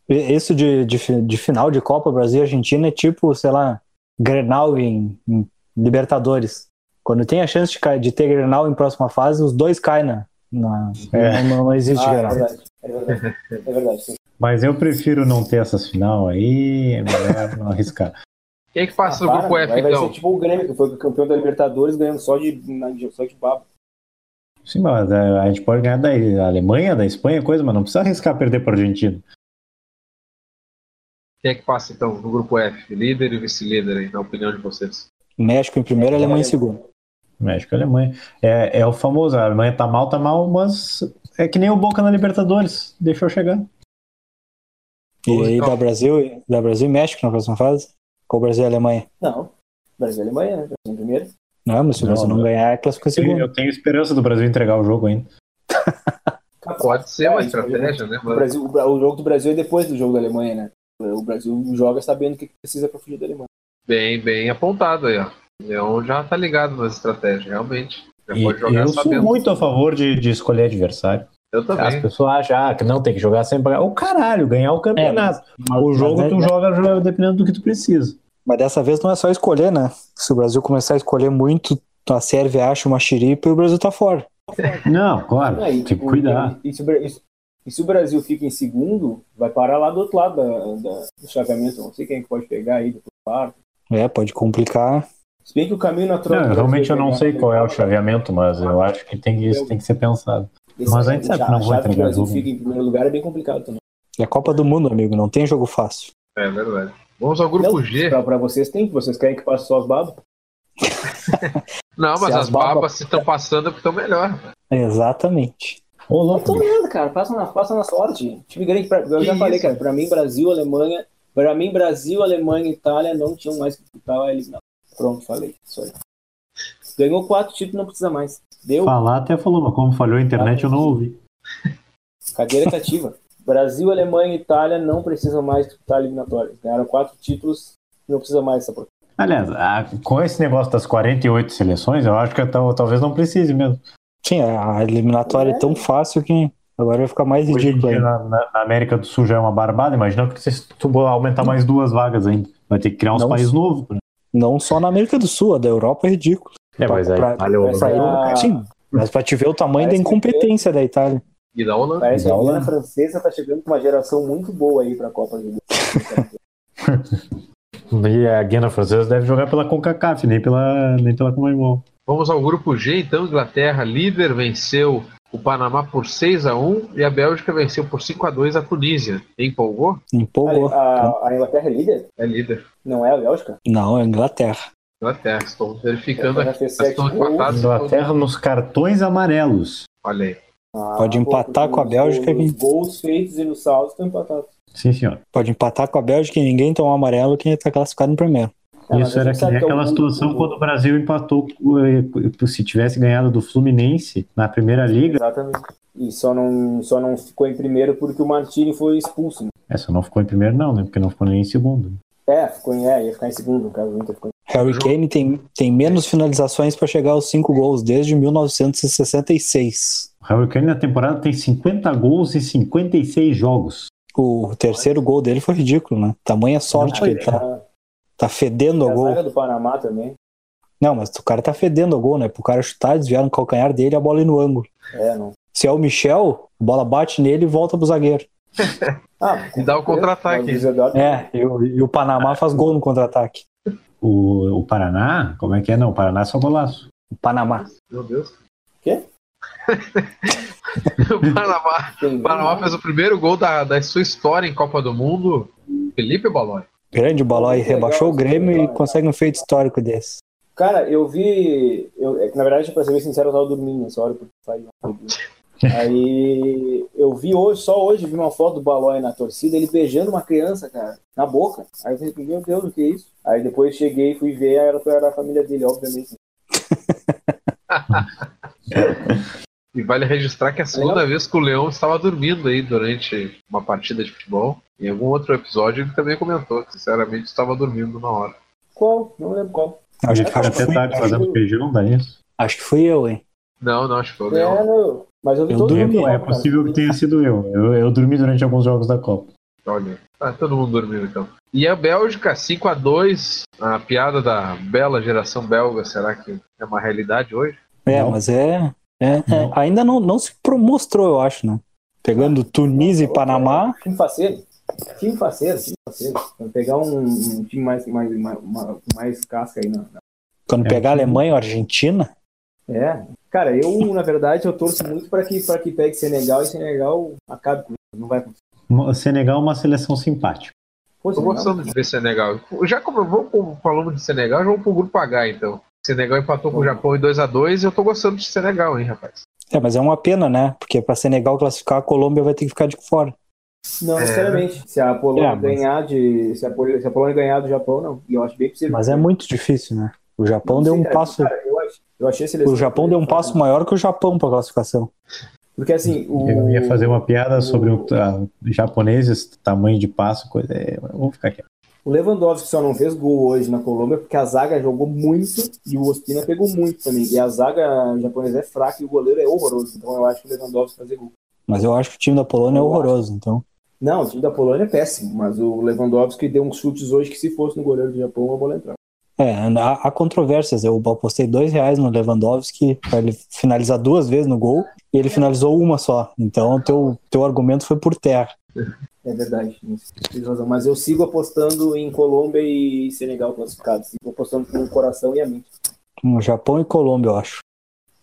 Speaker 4: E- Isso de, de, fi- de final de Copa Brasil e Argentina é tipo, sei lá, Grenal em, em Libertadores. Quando tem a chance de, ca- de ter Grenal em próxima fase, os dois caem na. na-
Speaker 2: É.
Speaker 4: não, não existe
Speaker 3: Ah, é
Speaker 4: Grenal.
Speaker 3: verdade. É verdade. É verdade. sim.
Speaker 2: Mas eu prefiro não ter essas final aí, é melhor não arriscar.
Speaker 1: Quem é que passa
Speaker 3: Ah,
Speaker 1: no
Speaker 3: para,
Speaker 1: grupo F,
Speaker 3: vai, vai
Speaker 1: então?
Speaker 3: ser tipo o Grêmio, que foi campeão da Libertadores, ganhando só de, na- só de babo.
Speaker 2: Sim, mas é, a gente pode ganhar da Alemanha, da Espanha, coisa, mas não precisa arriscar perder pra Argentina.
Speaker 1: Quem é que passa, então, no grupo F? Líder e vice-líder, aí, na opinião de vocês.
Speaker 4: México em primeiro, Alemanha em segundo.
Speaker 2: México e Alemanha. É, é o famoso, a Alemanha tá mal, tá mal, mas é que nem o Boca na Libertadores. Deixou chegar.
Speaker 4: E aí
Speaker 1: Então-
Speaker 4: dá Brasil, dá Brasil e México na próxima fase? Com o Brasil e a Alemanha?
Speaker 3: Não. Brasil e Alemanha, né? Brasil em primeiro.
Speaker 4: Não, mas se o
Speaker 2: Não,
Speaker 4: Brasil não
Speaker 2: não.
Speaker 4: ganhar, é classifica em segundo.
Speaker 2: Eu tenho esperança do Brasil entregar o jogo ainda.
Speaker 1: Pode ser uma
Speaker 3: É,
Speaker 1: estratégia, né?
Speaker 3: O,
Speaker 1: Mas
Speaker 3: Brasil, o Bra- o jogo do Brasil é depois do jogo da Alemanha, né? O Brasil joga sabendo o que precisa pra fugir da Alemanha.
Speaker 1: bem, bem apontado aí, ó. Leão já tá ligado nas estratégias, realmente. Já
Speaker 2: E
Speaker 1: pode jogar
Speaker 2: eu sou
Speaker 1: sabendo.
Speaker 2: muito a favor de, de escolher adversário.
Speaker 1: Eu
Speaker 2: As
Speaker 1: também.
Speaker 2: pessoas acham ah, que não tem que É, jogar sem pagar. O caralho, ganhar o campeonato.
Speaker 4: Mas-
Speaker 2: O jogo
Speaker 4: mas,
Speaker 2: tu joga, joga dependendo do que tu precisa.
Speaker 4: Mas dessa vez não é só escolher, né? Se o Brasil começar a escolher muito, a Sérvia acha uma xiripa e o Brasil tá fora.
Speaker 2: Não, claro,
Speaker 3: Ah, e,
Speaker 2: tem que
Speaker 3: tipo,
Speaker 2: cuidar.
Speaker 3: E, e se, o Bra- e se- e se o Brasil fica em segundo, vai parar lá do outro lado da- da- do chaveamento. Não sei quem é que pode pegar aí depois do quarto.
Speaker 4: É, pode complicar.
Speaker 3: Se bem que o caminho natural.
Speaker 2: Não,
Speaker 3: do Brasil
Speaker 2: realmente eu
Speaker 3: é
Speaker 2: não
Speaker 3: pegar-
Speaker 2: sei qual é o chaveamento, mas eu acho que tem, isso tem que ser pensado.
Speaker 3: Esse-
Speaker 2: mas a gente sabe que não vai
Speaker 3: chave
Speaker 2: entregar
Speaker 3: O Brasil
Speaker 2: jogo.
Speaker 3: fica em primeiro lugar é bem complicado também.
Speaker 4: É a Copa do Mundo, amigo, não tem jogo fácil.
Speaker 1: É verdade. Vamos ao grupo
Speaker 3: Não,
Speaker 1: G.
Speaker 3: Pra, pra vocês tem, vocês querem que passe só as babas?
Speaker 1: Não, mas
Speaker 4: Se
Speaker 1: as
Speaker 4: as babas-
Speaker 1: babas se estão passando porque estão melhor.
Speaker 4: Exatamente.
Speaker 2: Ô,
Speaker 3: Não tô
Speaker 2: louco,
Speaker 3: olhando, cara. Passa na, passa na sorte. Time grande, pra- eu
Speaker 1: Que
Speaker 3: já falei,
Speaker 1: isso?
Speaker 3: cara. Pra mim, Brasil, Alemanha. Pra mim, Brasil, Alemanha e Itália não tinham mais que disputar eles não. Pronto, falei. Isso aí. Ganhou quatro títulos, não precisa mais. Deu
Speaker 1: Ah.
Speaker 2: falar até falou, mas como falhou a internet eu não ouvi.
Speaker 3: cadeira cativa. Brasil, Alemanha e Itália não precisam mais disputar eliminatórias. Ganharam quatro títulos, não precisa mais dessa porra.
Speaker 2: Aliás, a- com esse negócio das 48 seleções, eu acho que tal- talvez não precise mesmo.
Speaker 4: Sim, a eliminatória é, tão fácil que agora vai ficar mais
Speaker 2: Hoje em
Speaker 4: ridículo
Speaker 2: dia, né?
Speaker 4: ainda.
Speaker 2: na, na- na América do Sul já é uma barbada, imagina porque se tu aumentar mais duas vagas ainda. Vai ter que criar uns
Speaker 4: Não.
Speaker 2: países novos. né?
Speaker 4: Não só na América do Sul, a da Europa é ridículo.
Speaker 2: É, mas aí,
Speaker 4: Pra-
Speaker 2: valeu.
Speaker 3: Mas
Speaker 4: Pra
Speaker 1: um
Speaker 3: é a-
Speaker 2: um
Speaker 4: eu-
Speaker 1: né?
Speaker 4: Sim, mas pra te ver o tamanho
Speaker 3: Parece
Speaker 4: da incompetência da Itália.
Speaker 1: E um da Holanda.
Speaker 3: Parece que a
Speaker 2: Legal,
Speaker 3: Guiana
Speaker 2: né?
Speaker 3: Francesa tá chegando com uma geração muito boa aí pra Copa do Mundo.
Speaker 2: E a Guiana Francesa deve jogar pela CONCACAF, nem pela, nem pela Comembol.
Speaker 1: Vamos ao grupo G, então. Inglaterra, líder, venceu o Panamá por 6 a 1 e a Bélgica venceu por 5 a 2 a Tunísia. Empolgou?
Speaker 4: Empolgou.
Speaker 3: A, a Inglaterra é líder?
Speaker 1: É líder.
Speaker 3: Não é a Bélgica?
Speaker 4: Não, é a Inglaterra.
Speaker 1: Inglaterra. Estão verificando
Speaker 3: Ela
Speaker 1: aqui.
Speaker 3: já fez
Speaker 1: Mas
Speaker 3: sete
Speaker 1: estão
Speaker 3: gols.
Speaker 1: né, empatados.
Speaker 2: Inglaterra nos cartões amarelos.
Speaker 1: Olha aí.
Speaker 3: Ah,
Speaker 4: Pode empatar
Speaker 3: porque
Speaker 4: com a
Speaker 3: os
Speaker 4: Bélgica,
Speaker 3: gols-
Speaker 4: hein?
Speaker 3: Os gols feitos e no saldo estão empatados.
Speaker 2: Sim, senhor.
Speaker 4: Pode empatar com a Bélgica e ninguém tomar amarelo, quem tá classificado em primeiro.
Speaker 3: É, mas
Speaker 2: Isso
Speaker 3: a
Speaker 2: era
Speaker 3: gente
Speaker 2: que nem
Speaker 3: sabe que é um
Speaker 2: aquela
Speaker 3: mundo-
Speaker 2: situação quando o Brasil empatou, eh, se tivesse ganhado do Fluminense na primeira liga,
Speaker 3: Exatamente. E só não, só não ficou em primeiro porque o Martini foi expulso. né?
Speaker 2: essa não ficou em primeiro não, né? Porque não ficou nem em segundo.
Speaker 3: É, ficou em, é, ia ficar em segundo, no caso, o Inter ficou em
Speaker 4: Harry Kane tem, tem menos finalizações para chegar aos 5 gols desde 1966.
Speaker 2: O Harry Kane na temporada tem 50 gols em 56 jogos.
Speaker 4: O terceiro gol dele foi ridículo, né? Tamanha sorte que ele tá,
Speaker 3: Ah,
Speaker 4: tá fedendo
Speaker 3: e
Speaker 4: a
Speaker 3: a
Speaker 4: gol.
Speaker 3: zaga do Panamá também.
Speaker 4: Não, mas o cara tá fedendo a gol, né? Pro cara chutar, desviar no calcanhar dele, a bola ir no ângulo.
Speaker 3: É, não.
Speaker 4: Se é o Michel, a bola bate nele e volta pro zagueiro.
Speaker 3: Ah,
Speaker 1: E dá o contra-ataque.
Speaker 3: mas o Eduardo-
Speaker 4: É, e o, e o Panamá faz gol no contra-ataque.
Speaker 2: O, o Paraná, como é que é? Não, o Paraná é só golaço.
Speaker 4: O Panamá.
Speaker 1: Meu Deus.
Speaker 3: Quê?
Speaker 1: [LAUGHS] o Panamá,
Speaker 3: Tem-
Speaker 1: o Panamá fez o primeiro gol da, da sua história em Copa do Mundo. Felipe Baloni.
Speaker 4: Grande Balói
Speaker 3: Muito legal
Speaker 4: rebaixou o
Speaker 3: esse
Speaker 4: Grêmio e
Speaker 3: Balói.
Speaker 4: consegue um feito histórico desse.
Speaker 3: Cara, eu vi. Eu, é que, na verdade, pra ser bem sincero, eu tava dormindo nessa hora, porque saiu. Aí eu vi hoje, só hoje, vi uma foto do Balói na torcida, ele beijando uma criança, cara, na boca. Aí eu falei, meu Deus, o que é isso? Aí depois cheguei e fui ver, era, era a família dele, obviamente.
Speaker 1: E vale registrar que é a segunda vez que o Leão estava dormindo aí durante uma partida de futebol. Em algum outro episódio ele também comentou que, sinceramente, estava dormindo na hora.
Speaker 3: Qual? Não lembro qual.
Speaker 4: Acho,
Speaker 2: Ficaram
Speaker 4: É, acho, que
Speaker 2: até
Speaker 4: fui,
Speaker 2: tarde fazendo feijão, dá isso?
Speaker 4: acho que fui eu, hein?
Speaker 1: Não, não, acho que foi o Leão.
Speaker 3: É, não, mas eu vi
Speaker 4: Eu
Speaker 3: todo
Speaker 4: dormi,
Speaker 3: mundo.
Speaker 2: É,
Speaker 3: lá,
Speaker 2: é
Speaker 3: cara.
Speaker 2: possível que tenha sido eu. eu. Eu dormi durante alguns jogos da Copa.
Speaker 1: Olha, tá todo mundo dormiu então. E a Bélgica, 5 a 2 a piada da bela geração belga, será que é uma realidade hoje?
Speaker 4: É,
Speaker 2: Não.
Speaker 4: mas é. é- é-
Speaker 2: Não. Ah.
Speaker 4: ainda não, não se pro- mostrou, eu acho, né? Pegando Tunísia e Panamá,
Speaker 3: Time faceiro. Time faceiro, time faceiro. Vou pegar um, um time mais, mais, mais, mais- mais casca aí né? na,
Speaker 4: quando
Speaker 2: É,
Speaker 4: pegar
Speaker 2: time-
Speaker 4: Alemanha ou Argentina,
Speaker 3: É, cara, eu, na verdade, eu torço muito para que, pra que pegue Senegal e Senegal acabe com isso. Não vai acontecer.
Speaker 2: Mo- Senegal é uma seleção simpática.
Speaker 3: Pô,
Speaker 1: Tô
Speaker 3: Senegal,
Speaker 1: gostando de ver Senegal. Já como vamos com- falamos de Senegal, já vamos pro grupo H então. Senegal empatou com o Japão em 2 a 2 e eu tô gostando de Senegal, hein, rapaz.
Speaker 4: é, mas é uma pena, né? Porque pra Senegal classificar, a Colômbia vai ter que ficar de fora.
Speaker 3: Não,
Speaker 2: É.
Speaker 3: sinceramente. Se a Polônia
Speaker 4: É, mas-
Speaker 3: ganhar de. Se a, Polônia, se a Polônia ganhar do Japão, não. E eu acho bem possível.
Speaker 4: Mas é muito difícil, né? O Japão
Speaker 3: Não sei,
Speaker 4: deu um
Speaker 3: cara,
Speaker 4: passo.
Speaker 3: cara, eu, ach- eu achei a seleção-
Speaker 4: O Japão deu um passo maior que o Japão pra classificação.
Speaker 3: Porque assim, o.
Speaker 2: Eu ia fazer uma piada
Speaker 3: o-
Speaker 2: sobre o, a, japoneses, tamanho de passo, coisa. É, vamos ficar quieto.
Speaker 3: O Lewandowski só não fez gol hoje na Colômbia porque a zaga jogou muito e o Ospina pegou muito também. E a zaga japonesa é fraca e o goleiro é horroroso. Então eu acho que o Lewandowski fazer gol.
Speaker 4: Mas eu acho que o time da Polônia é
Speaker 3: Eu
Speaker 4: horroroso, então.
Speaker 3: Não, o time da Polônia é péssimo, mas o Lewandowski deu uns chutes hoje que se fosse no goleiro do Japão, a bola entrava.
Speaker 4: É, há, há controvérsias. Eu apostei dois reais no Lewandowski para ele finalizar duas vezes no gol e ele finalizou uma só. Então, teu, teu argumento foi por terra.
Speaker 3: É verdade, tem razão. Mas eu sigo apostando em Colômbia e Senegal classificados. Sigo apostando com o coração e a mente.
Speaker 4: No Japão e Colômbia, eu acho.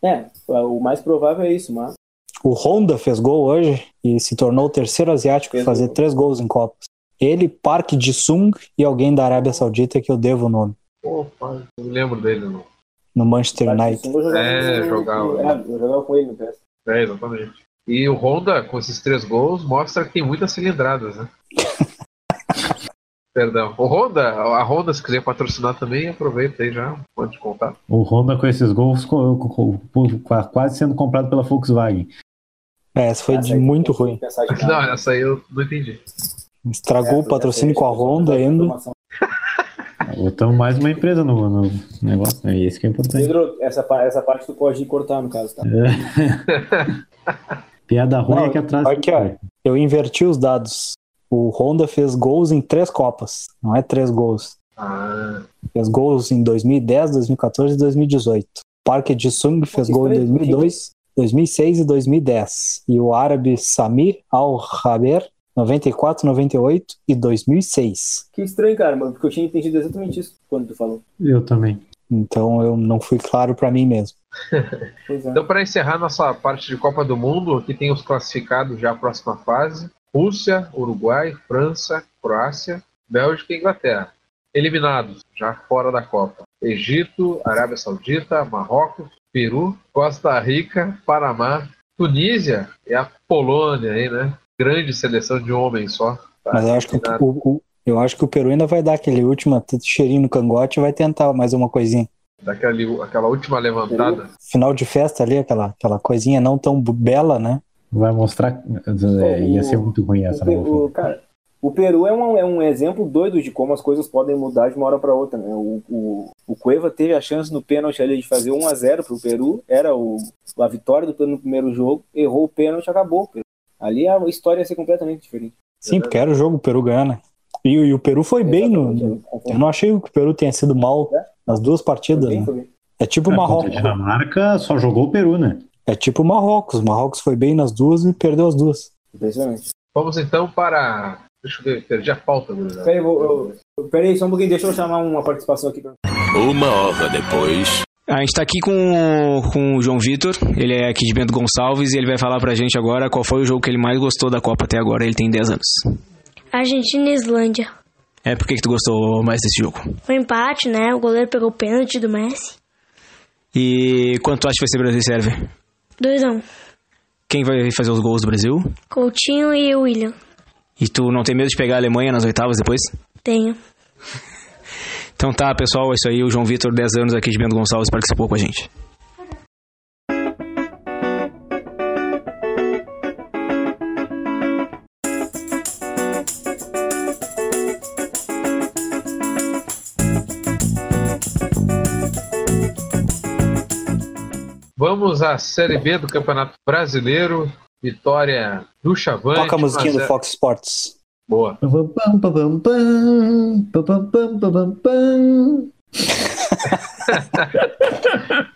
Speaker 3: É, o mais provável é isso, mas
Speaker 4: O Honda fez gol hoje e se tornou o terceiro asiático a
Speaker 3: Fez
Speaker 4: fazer
Speaker 3: gol.
Speaker 4: três gols em Copas. Ele, Park Ji-sung e alguém da Arábia Saudita que eu devo o nome,
Speaker 1: Opa, não me lembro dele, não.
Speaker 4: no Manchester United.
Speaker 3: Eu jogava
Speaker 1: É, jogava.
Speaker 3: É, eu jogava com ele no PS.
Speaker 1: É, exatamente. E o Honda, com esses três gols, mostra que tem muitas cilindradas, né? Perdão. O Honda, a Honda, se quiser patrocinar também, aproveita aí já, pode contar.
Speaker 2: O Honda com esses gols co- co- co- qua- quase sendo comprado pela Volkswagen.
Speaker 4: É, essa foi
Speaker 3: Ah,
Speaker 4: de
Speaker 3: daí
Speaker 4: muito
Speaker 3: eu fui
Speaker 4: ruim.
Speaker 3: pensar de
Speaker 1: [LAUGHS] Não, é
Speaker 3: nada.
Speaker 1: essa aí eu não entendi.
Speaker 4: Estragou
Speaker 3: É,
Speaker 4: o patrocínio
Speaker 3: essa
Speaker 4: com a
Speaker 3: aí,
Speaker 4: Honda
Speaker 3: essa
Speaker 4: ainda.
Speaker 3: informação.
Speaker 2: Botamos mais uma empresa no, no negócio. É isso que é importante.
Speaker 3: Pedro, essa, pa- essa parte tu pode cortar, no caso, tá?
Speaker 2: Piada ruim
Speaker 4: Não,
Speaker 2: é que atrás.
Speaker 4: Aqui, ó, eu inverti os dados. O Honda fez gols em três Copas, não é três gols.
Speaker 1: Ah,
Speaker 4: Fez gols em 2010, 2014 e 2018. Park Ji-sung fez
Speaker 3: que
Speaker 4: gol em
Speaker 3: estranho,
Speaker 4: 2002, 2006 e 2010. E o árabe Sami Al-Haber, 94, 98 e 2006.
Speaker 3: Que estranho, cara, mano, porque eu tinha entendido exatamente isso quando tu falou.
Speaker 2: Eu também.
Speaker 4: Então eu não fui claro pra mim mesmo.
Speaker 3: Pois é.
Speaker 1: Então, para encerrar nossa parte de Copa do Mundo, aqui tem os classificados já à próxima fase: Rússia, Uruguai, França, Croácia, Bélgica e Inglaterra. Eliminados, já fora da Copa: Egito, Arábia Saudita, Marrocos, Peru, Costa Rica, Panamá, Tunísia e a Polônia aí, né? Grande seleção de homens só. Tá
Speaker 4: Mas eu acho que o,
Speaker 1: eliminado.
Speaker 4: o- o- eu acho que o Peru ainda vai dar aquele último cheirinho no cangote e vai tentar mais uma coisinha.
Speaker 1: Daquela, aquela última levantada.
Speaker 4: final de festa ali, aquela, aquela coisinha não tão bu- bela, né?
Speaker 2: Vai mostrar. É, ia ser muito ruim essa.
Speaker 3: O
Speaker 2: não vou
Speaker 3: Peru, cara, o Peru é um, é um exemplo doido de como as coisas podem mudar de uma hora para outra. Né? O, o, o Cueva teve a chance no pênalti ali de fazer 1 a 0 pro Peru, era o, a vitória do Peru no primeiro jogo, errou o pênalti, acabou. o Peru. Ali a história ia ser completamente diferente.
Speaker 4: Sim, porque era o jogo o Peru ganhar, né? E, o- e o Peru foi bem no. no- Eu não achei que o Peru tenha sido mal
Speaker 3: É?
Speaker 4: nas duas partidas, né? É tipo o
Speaker 2: É, contra a
Speaker 4: Marrocos.
Speaker 2: Dinamarca só jogou o Peru, né?
Speaker 4: É tipo o Marrocos. O Marrocos foi bem nas duas e perdeu as duas.
Speaker 3: Impressionante.
Speaker 1: Vamos então para. Deixa eu ver, perdi a pauta, gurizada.
Speaker 3: Peraí, vou, eu- peraí, só um pouquinho, deixa eu chamar uma participação aqui. pra-
Speaker 7: Uma hora depois.
Speaker 8: A gente está aqui com, o- com o João Vitor, ele é aqui de Bento Gonçalves e ele vai falar pra gente agora qual foi o jogo que ele mais gostou da Copa até agora. Ele tem 10 anos.
Speaker 9: Argentina e Islândia.
Speaker 8: É, por que, que tu gostou mais desse jogo?
Speaker 9: Foi empate, né? O goleiro pegou o pênalti do Messi.
Speaker 8: E quanto tu acha que vai ser Brasil e Sérvia?
Speaker 9: 2 a 1
Speaker 8: Quem vai fazer os gols do Brasil?
Speaker 9: Coutinho e William.
Speaker 8: E tu não tem medo de pegar a Alemanha nas oitavas depois?
Speaker 9: Tenho.
Speaker 8: Então tá, pessoal, é isso aí. O João Vitor, 10 anos aqui de Bento Gonçalves, participou com a gente.
Speaker 1: Vamos à Série B do Campeonato Brasileiro. Vitória do Chavante.
Speaker 4: Toca a
Speaker 1: 1
Speaker 4: musiquinha
Speaker 1: a
Speaker 4: do
Speaker 1: 0.
Speaker 4: Fox Sports.
Speaker 1: Boa.
Speaker 2: Pam, pam, pam, pam, pam, pam, pam, pam, pam, pam.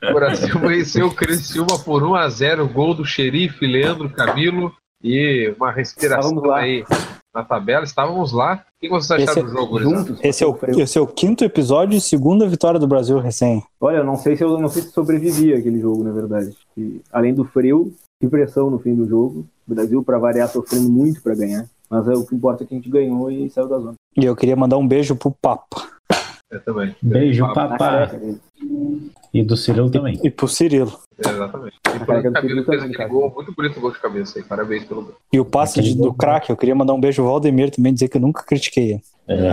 Speaker 1: O Brasil [LAUGHS] venceu o Criciúma por 1x0. Gol do xerife Leandro Camilo. E uma respiração
Speaker 3: Estávamos lá.
Speaker 1: aí na tabela. Estávamos lá. O que vocês acharam
Speaker 4: Esse é
Speaker 1: do jogo, gurizada?
Speaker 4: Esse é, o, esse é o quinto episódio e segunda vitória do Brasil recém.
Speaker 5: Olha, eu não sei se eu não sei se sobrevivi àquele jogo, na verdade. E, além do frio e pressão no fim do jogo, o Brasil, pra variar, tá sofrendo muito pra ganhar. Mas é, o que importa é que a gente ganhou e saiu da zona.
Speaker 4: E eu queria mandar um beijo pro Papa
Speaker 1: Eu É, também.
Speaker 2: Beijo, um
Speaker 1: Papo.
Speaker 3: Na
Speaker 2: papá.
Speaker 5: Ah, é,
Speaker 3: careca dele.
Speaker 2: E do Cirilo também.
Speaker 4: e pro Cirilo.
Speaker 1: É, Exatamente. E o
Speaker 5: cara,
Speaker 1: Leandro
Speaker 5: eu
Speaker 1: Camilo
Speaker 5: fico
Speaker 1: fez
Speaker 5: também, cara.
Speaker 1: aquele gol. Muito bonito gol de cabeça aí. Parabéns pelo gol.
Speaker 4: E o passe de- do craque. Eu queria mandar um beijo ao Valdemir também, dizer que eu nunca critiquei ele.
Speaker 10: É.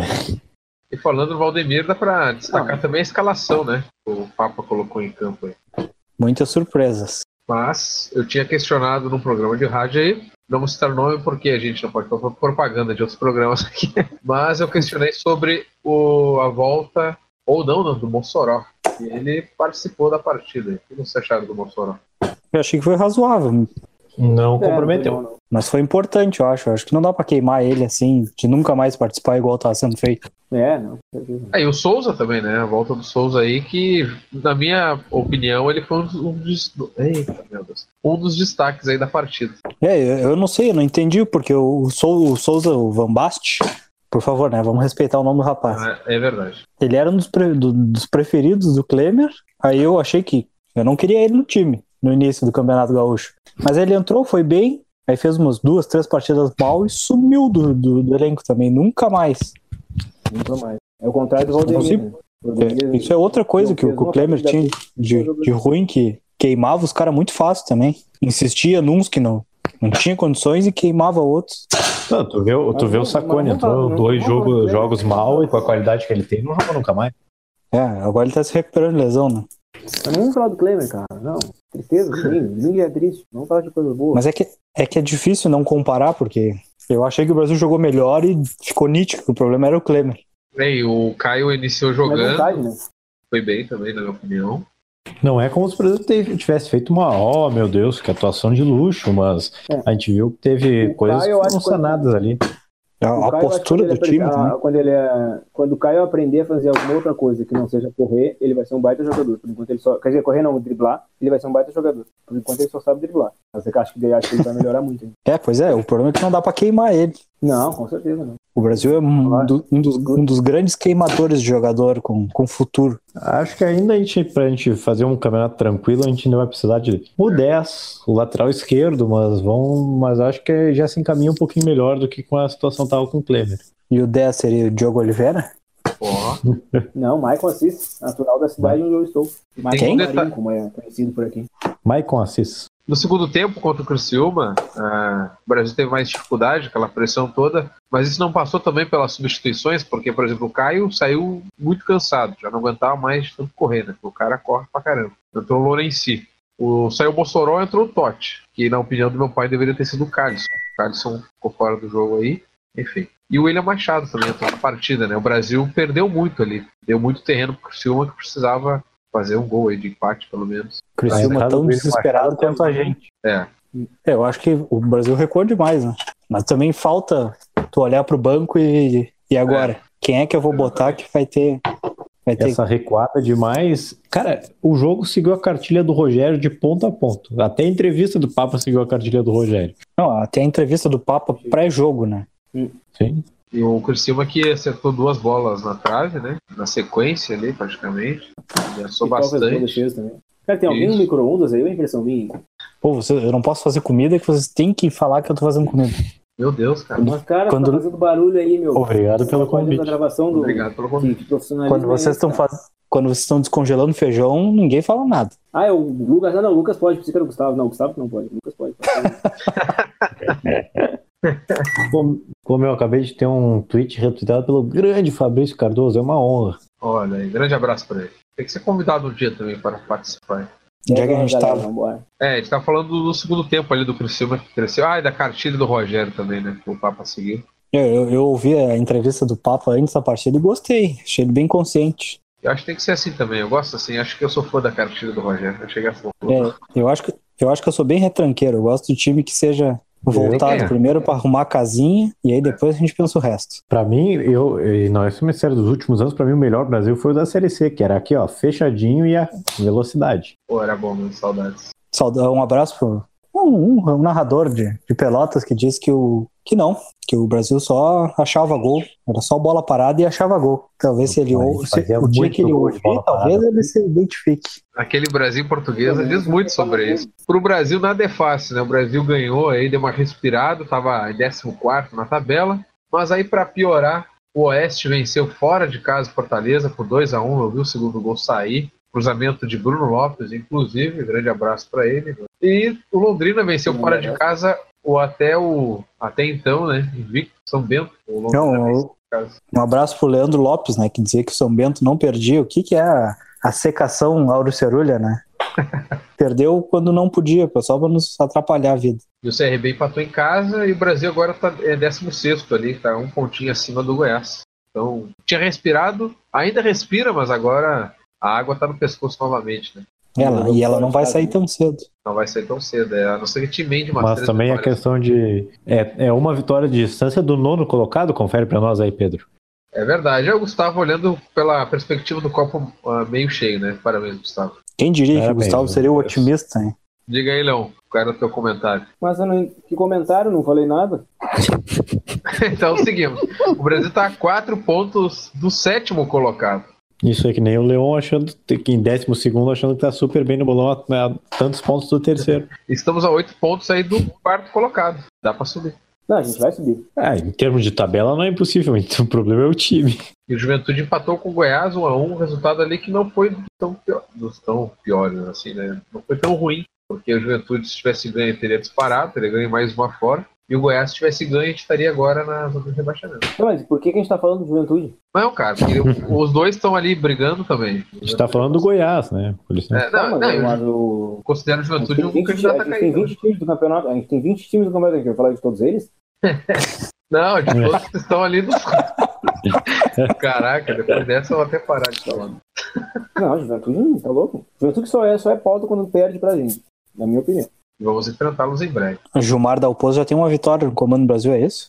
Speaker 1: E falando do Valdemir, dá pra destacar também a escalação, né? O Papa colocou em campo aí.
Speaker 4: Muitas surpresas.
Speaker 1: Mas eu tinha questionado num programa de rádio aí, não vou citar o nome porque a gente não pode fazer propaganda de outros programas aqui, [LAUGHS] mas eu questionei sobre o- a volta, ou não, não, do Mossoró. E ele participou da partida. O que você acharam do Mossoró?
Speaker 4: Eu achei que foi razoável.
Speaker 10: Não
Speaker 6: É,
Speaker 10: comprometeu.
Speaker 6: não, não.
Speaker 4: Mas foi importante, eu acho. Eu acho que não dá pra queimar ele assim, de nunca mais participar igual tá sendo feito.
Speaker 3: É, não, com certeza.
Speaker 1: Aí o Souza também, né? A volta do Souza aí, que, na minha opinião, ele foi um dos, um dos- eita, meu Deus. Um dos destaques aí da partida.
Speaker 4: É, eu, eu não sei, eu não entendi, porque o, Sou, o Souza, o Van Bast, por favor, né? Vamos respeitar o nome do rapaz.
Speaker 1: É, é verdade.
Speaker 4: Ele era um dos, pre- do- dos preferidos do Klemer. Aí eu achei que eu não queria ele no time no início do Campeonato Gaúcho. Mas ele entrou, foi bem, aí fez umas duas, três partidas mal e sumiu do, do, do elenco também, nunca mais.
Speaker 3: Nunca mais. É o contrário do Valdemir.
Speaker 4: Consigo?
Speaker 3: né? O Valdemir-
Speaker 4: Isso é outra coisa
Speaker 3: Não
Speaker 4: que o,
Speaker 3: fez
Speaker 4: que o
Speaker 3: uma
Speaker 4: Klemer tinha
Speaker 3: partida
Speaker 4: de, de ruim, que queimava os caras muito fácil também. Insistia nuns que não, não tinha condições e queimava outros.
Speaker 10: Não, tu vê, o- tu
Speaker 3: Mas
Speaker 10: vê o
Speaker 3: não- mas
Speaker 10: Sacone,
Speaker 3: não
Speaker 10: entrou
Speaker 3: tá- não-
Speaker 10: dois
Speaker 3: não
Speaker 10: jogo-
Speaker 3: tá-
Speaker 10: jogos mal e com a qualidade que ele tem, não joga nunca mais.
Speaker 4: É, agora ele tá se recuperando de lesão, né?
Speaker 3: Mas não vamos falar do Klemer, cara. Não. Tristeza, sim. Ninguém é triste. Vamos falar de coisa boa.
Speaker 4: Mas é que, é que é difícil não comparar, porque eu achei que o Brasil jogou melhor e ficou nítido que o problema era o Klemer.
Speaker 1: E aí, o Caio iniciou
Speaker 3: Mas é
Speaker 1: jogando,
Speaker 3: vontade, né?
Speaker 1: foi bem também, na minha opinião.
Speaker 10: Não é como se o Brasil teve- tivesse feito uma, ó, meu Deus, que atuação de luxo, mas
Speaker 3: É.
Speaker 10: a gente viu que teve
Speaker 3: O
Speaker 10: coisas
Speaker 3: Caio,
Speaker 10: que
Speaker 3: eu acho
Speaker 10: foram
Speaker 3: que quando-
Speaker 10: sanadas ali.
Speaker 4: A,
Speaker 3: O
Speaker 4: a
Speaker 3: Caio, acho que
Speaker 4: postura
Speaker 3: ele
Speaker 4: do time né?
Speaker 3: aprende-
Speaker 4: também.
Speaker 3: ah, quando, ele é- quando o Caio aprender a fazer alguma outra coisa que não seja correr, ele vai ser um baita jogador. Por enquanto ele só. Quer dizer, correr não, driblar, ele vai ser um baita jogador. Por enquanto ele só sabe driblar. Mas eu acho que ele, acho que ele vai melhorar muito.
Speaker 4: [LAUGHS]
Speaker 3: hein?
Speaker 4: É, pois é, o problema é que não dá pra queimar ele.
Speaker 3: Não, com certeza não.
Speaker 4: O Brasil é um, do- um dos, um dos grandes queimadores de jogador com, com futuro.
Speaker 10: Acho que ainda a gente, pra gente fazer um campeonato tranquilo, a gente ainda vai precisar de o 10, o lateral esquerdo, mas vão. Mas acho que já se encaminha um pouquinho melhor do que com a situação que tava com o Kleber.
Speaker 4: E o 10 seria o Diogo Oliveira?
Speaker 1: Ó,
Speaker 3: Não, Michael Assis, natural da cidade onde eu estou. Michael
Speaker 1: Quem?
Speaker 3: Marinho, como é conhecido por aqui.
Speaker 10: Maicon Assis.
Speaker 1: No segundo tempo, contra o Criciúma, ah, o Brasil teve mais dificuldade, aquela pressão toda, mas isso não passou também pelas substituições, porque, por exemplo, o Caio saiu muito cansado, já não aguentava mais de tanto correr, né? O cara corre pra caramba. Entrou o Lorenzi. O, saiu o Mossoró, entrou o Totti, que na opinião do meu pai deveria ter sido o Carlson. O Carlson ficou fora do jogo aí, enfim. E o William Machado também entrou na partida, né? O Brasil perdeu muito ali, deu muito terreno pro Criciúma que precisava fazer um gol aí de empate, pelo menos.
Speaker 4: O Criciúma
Speaker 10: Mas,
Speaker 4: é tão
Speaker 10: o William
Speaker 4: desesperado
Speaker 10: Machado
Speaker 4: quanto a gente.
Speaker 1: É,
Speaker 4: É, eu acho que o Brasil recuou demais, né? Mas também falta tu olhar pro banco e, e agora? Quem é que eu vou botar que vai ter. Vai ter
Speaker 10: Essa recuada demais. Cara, o jogo seguiu a cartilha do Rogério de ponta a ponto. Até a entrevista do Papa seguiu a cartilha do Rogério.
Speaker 4: Não, até a entrevista do Papa pré-jogo, né?
Speaker 10: Sim.
Speaker 1: E o Criciúma que acertou duas bolas na trave, né? Na sequência ali, praticamente. Ameaçou
Speaker 3: E talvez boa
Speaker 1: bastante.
Speaker 3: defesa também. Cara, tem alguém
Speaker 1: Isso.
Speaker 3: no micro-ondas aí? É uma impressão minha.
Speaker 4: Pô, você, eu não posso fazer comida que vocês têm que falar que eu tô fazendo comida.
Speaker 1: Meu Deus, cara.
Speaker 3: Mas, cara,
Speaker 4: Quando-
Speaker 3: tá fazendo barulho aí, meu.
Speaker 10: Obrigado pelo
Speaker 3: Tá fazendo
Speaker 10: convite.
Speaker 3: a gravação do...
Speaker 1: Obrigado pelo convite.
Speaker 3: Que, que profissionalismo
Speaker 4: Quando
Speaker 3: é
Speaker 4: vocês
Speaker 3: esse,
Speaker 4: estão
Speaker 3: cara?
Speaker 4: faz... Quando vocês estão descongelando feijão, ninguém fala nada.
Speaker 3: Ah, é o Lucas. Ah, não, o Lucas pode. Pensei que era o Gustavo. Não, o Gustavo não pode. O Lucas
Speaker 4: [LAUGHS]
Speaker 3: pode.
Speaker 10: Como, como eu acabei de ter um tweet retweetado pelo grande Fabrício Cardoso, é uma honra.
Speaker 1: Olha aí, grande abraço pra ele. Tem que ser convidado um dia também para participar.
Speaker 4: Onde é que a gente
Speaker 3: Galera,
Speaker 4: tava?
Speaker 3: vambora.
Speaker 1: É, a gente tá falando do segundo tempo ali do Criciúma que cresceu. Ah, e da cartilha do Rogério também, né? Que o Papa seguiu.
Speaker 4: Eu, eu, eu ouvi a entrevista do Papa antes da partida e gostei. Achei ele bem consciente.
Speaker 1: Eu acho que tem que ser assim também. Eu gosto assim. Acho que eu sou fã da cartilha do Rogério. Eu cheguei a falar.
Speaker 4: É, eu acho que eu acho que eu sou bem retranqueiro. Eu gosto de time que seja voltado
Speaker 1: É.
Speaker 4: primeiro pra arrumar a casinha e aí depois a gente pensa o resto.
Speaker 10: Pra mim, eu, e não é uma série dos últimos anos, pra mim o melhor Brasil foi o da Série C, que era aqui, ó, fechadinho e a velocidade.
Speaker 1: Pô, era bom, mano. Saudades.
Speaker 4: Sauda- Um abraço pro um, um- um narrador de, de Pelotas que disse que o que não, que o Brasil só achava gol, era só bola parada e achava gol. Talvez se ele
Speaker 10: Mas
Speaker 4: ou se,
Speaker 10: fazia
Speaker 4: o dia
Speaker 10: muito
Speaker 4: que ele
Speaker 10: gol de
Speaker 4: ouvir,
Speaker 10: bola
Speaker 4: talvez ele se identifique.
Speaker 1: Aquele Brasil português diz muito sobre isso. Pro Brasil nada é fácil, né? O Brasil ganhou aí, deu uma respirada, tava em 14 na tabela. Mas aí pra piorar, o Oeste venceu fora de casa o Fortaleza por 2 a 1 Eu vi o segundo gol sair. Cruzamento de Bruno Lopes, inclusive. Grande abraço pra ele. E o Londrina venceu fora de casa ou até o. Até então, né? Invicto, São Bento. O Londrina
Speaker 4: Não,
Speaker 1: venceu fora
Speaker 4: eu-
Speaker 1: de casa.
Speaker 4: um abraço pro Leandro Lopes, né, que dizia que o São Bento não perdia. O que que é a, a secação Aurocerulha, [LAUGHS] né? Perdeu quando não podia, só pra nos atrapalhar a vida.
Speaker 1: E o CRB empatou em casa e o Brasil agora tá, é 16 ali, tá um pontinho acima do Goiás. Então, tinha respirado, ainda respira, mas agora a água tá no pescoço novamente, né?
Speaker 4: Ela, e ela não vai sair tão cedo.
Speaker 1: Não vai sair tão cedo, é, a não ser que te emende uma
Speaker 2: Mas
Speaker 1: três
Speaker 2: também a
Speaker 1: vitórias.
Speaker 2: questão de. É, é uma vitória de distância do nono colocado, confere pra nós aí, Pedro.
Speaker 1: É verdade, é o Gustavo olhando pela perspectiva do copo ah, meio cheio, né? Parabéns, Gustavo.
Speaker 4: Quem diria que o
Speaker 2: Parabéns,
Speaker 4: Gustavo
Speaker 2: meu
Speaker 4: seria o
Speaker 2: Deus.
Speaker 4: otimista, hein?
Speaker 1: Diga aí, Leão, quero o teu comentário. [LAUGHS]
Speaker 3: Mas eu não, que comentário, não falei nada.
Speaker 1: então seguimos. O Brasil tá a quatro pontos do sétimo colocado.
Speaker 2: Isso é que nem o Leon achando que em décimo segundo achando que tá super bem no bolão a, a tantos pontos do
Speaker 1: [LAUGHS]
Speaker 2: terceiro.
Speaker 1: Estamos a oito pontos aí do quarto colocado. Dá pra subir.
Speaker 3: Não, a gente vai subir.
Speaker 2: Ah, em termos de tabela não é impossível, [LAUGHS] então o problema é o time.
Speaker 1: E o Juventude empatou com o Goiás 1 a 1 um resultado ali que não foi tão pior, dos tão piores, assim, né? Não foi tão ruim, porque o Juventude, se tivesse ganho, teria disparado, teria ganho mais uma fora. E o Goiás, se tivesse ganho, a gente estaria agora na zona de rebaixamento.
Speaker 3: Não, mas por que, que a gente tá falando de juventude?
Speaker 1: Não, cara, porque
Speaker 2: [LAUGHS]
Speaker 1: o- os dois estão ali brigando também.
Speaker 2: A gente tá falando do Goiás, né? Por isso.
Speaker 1: É,
Speaker 3: Não,
Speaker 1: não,
Speaker 3: Tá, mas,
Speaker 1: não,
Speaker 3: mas
Speaker 1: eu
Speaker 3: o-
Speaker 1: considero o
Speaker 3: a gente
Speaker 1: Juventude
Speaker 3: tem
Speaker 1: um
Speaker 3: 20,
Speaker 1: candidato
Speaker 3: a
Speaker 1: a
Speaker 3: gente tem
Speaker 1: cair.
Speaker 3: 20 times do campeonato. A gente tem 20 times do campeonato. A gente vai falar de todos eles?
Speaker 1: Não,
Speaker 2: É.
Speaker 1: de todos que estão ali
Speaker 2: [LAUGHS]
Speaker 1: dos. Caraca, depois dessa eu vou até parar de falar.
Speaker 3: Não, juventude, hum, tá louco? Juventude só é, só é pauta quando perde pra gente. Na minha opinião.
Speaker 1: E Vamos enfrentá-los em breve.
Speaker 4: O Gilmar Dalpozo já tem uma vitória no Comando do Brasil, é isso?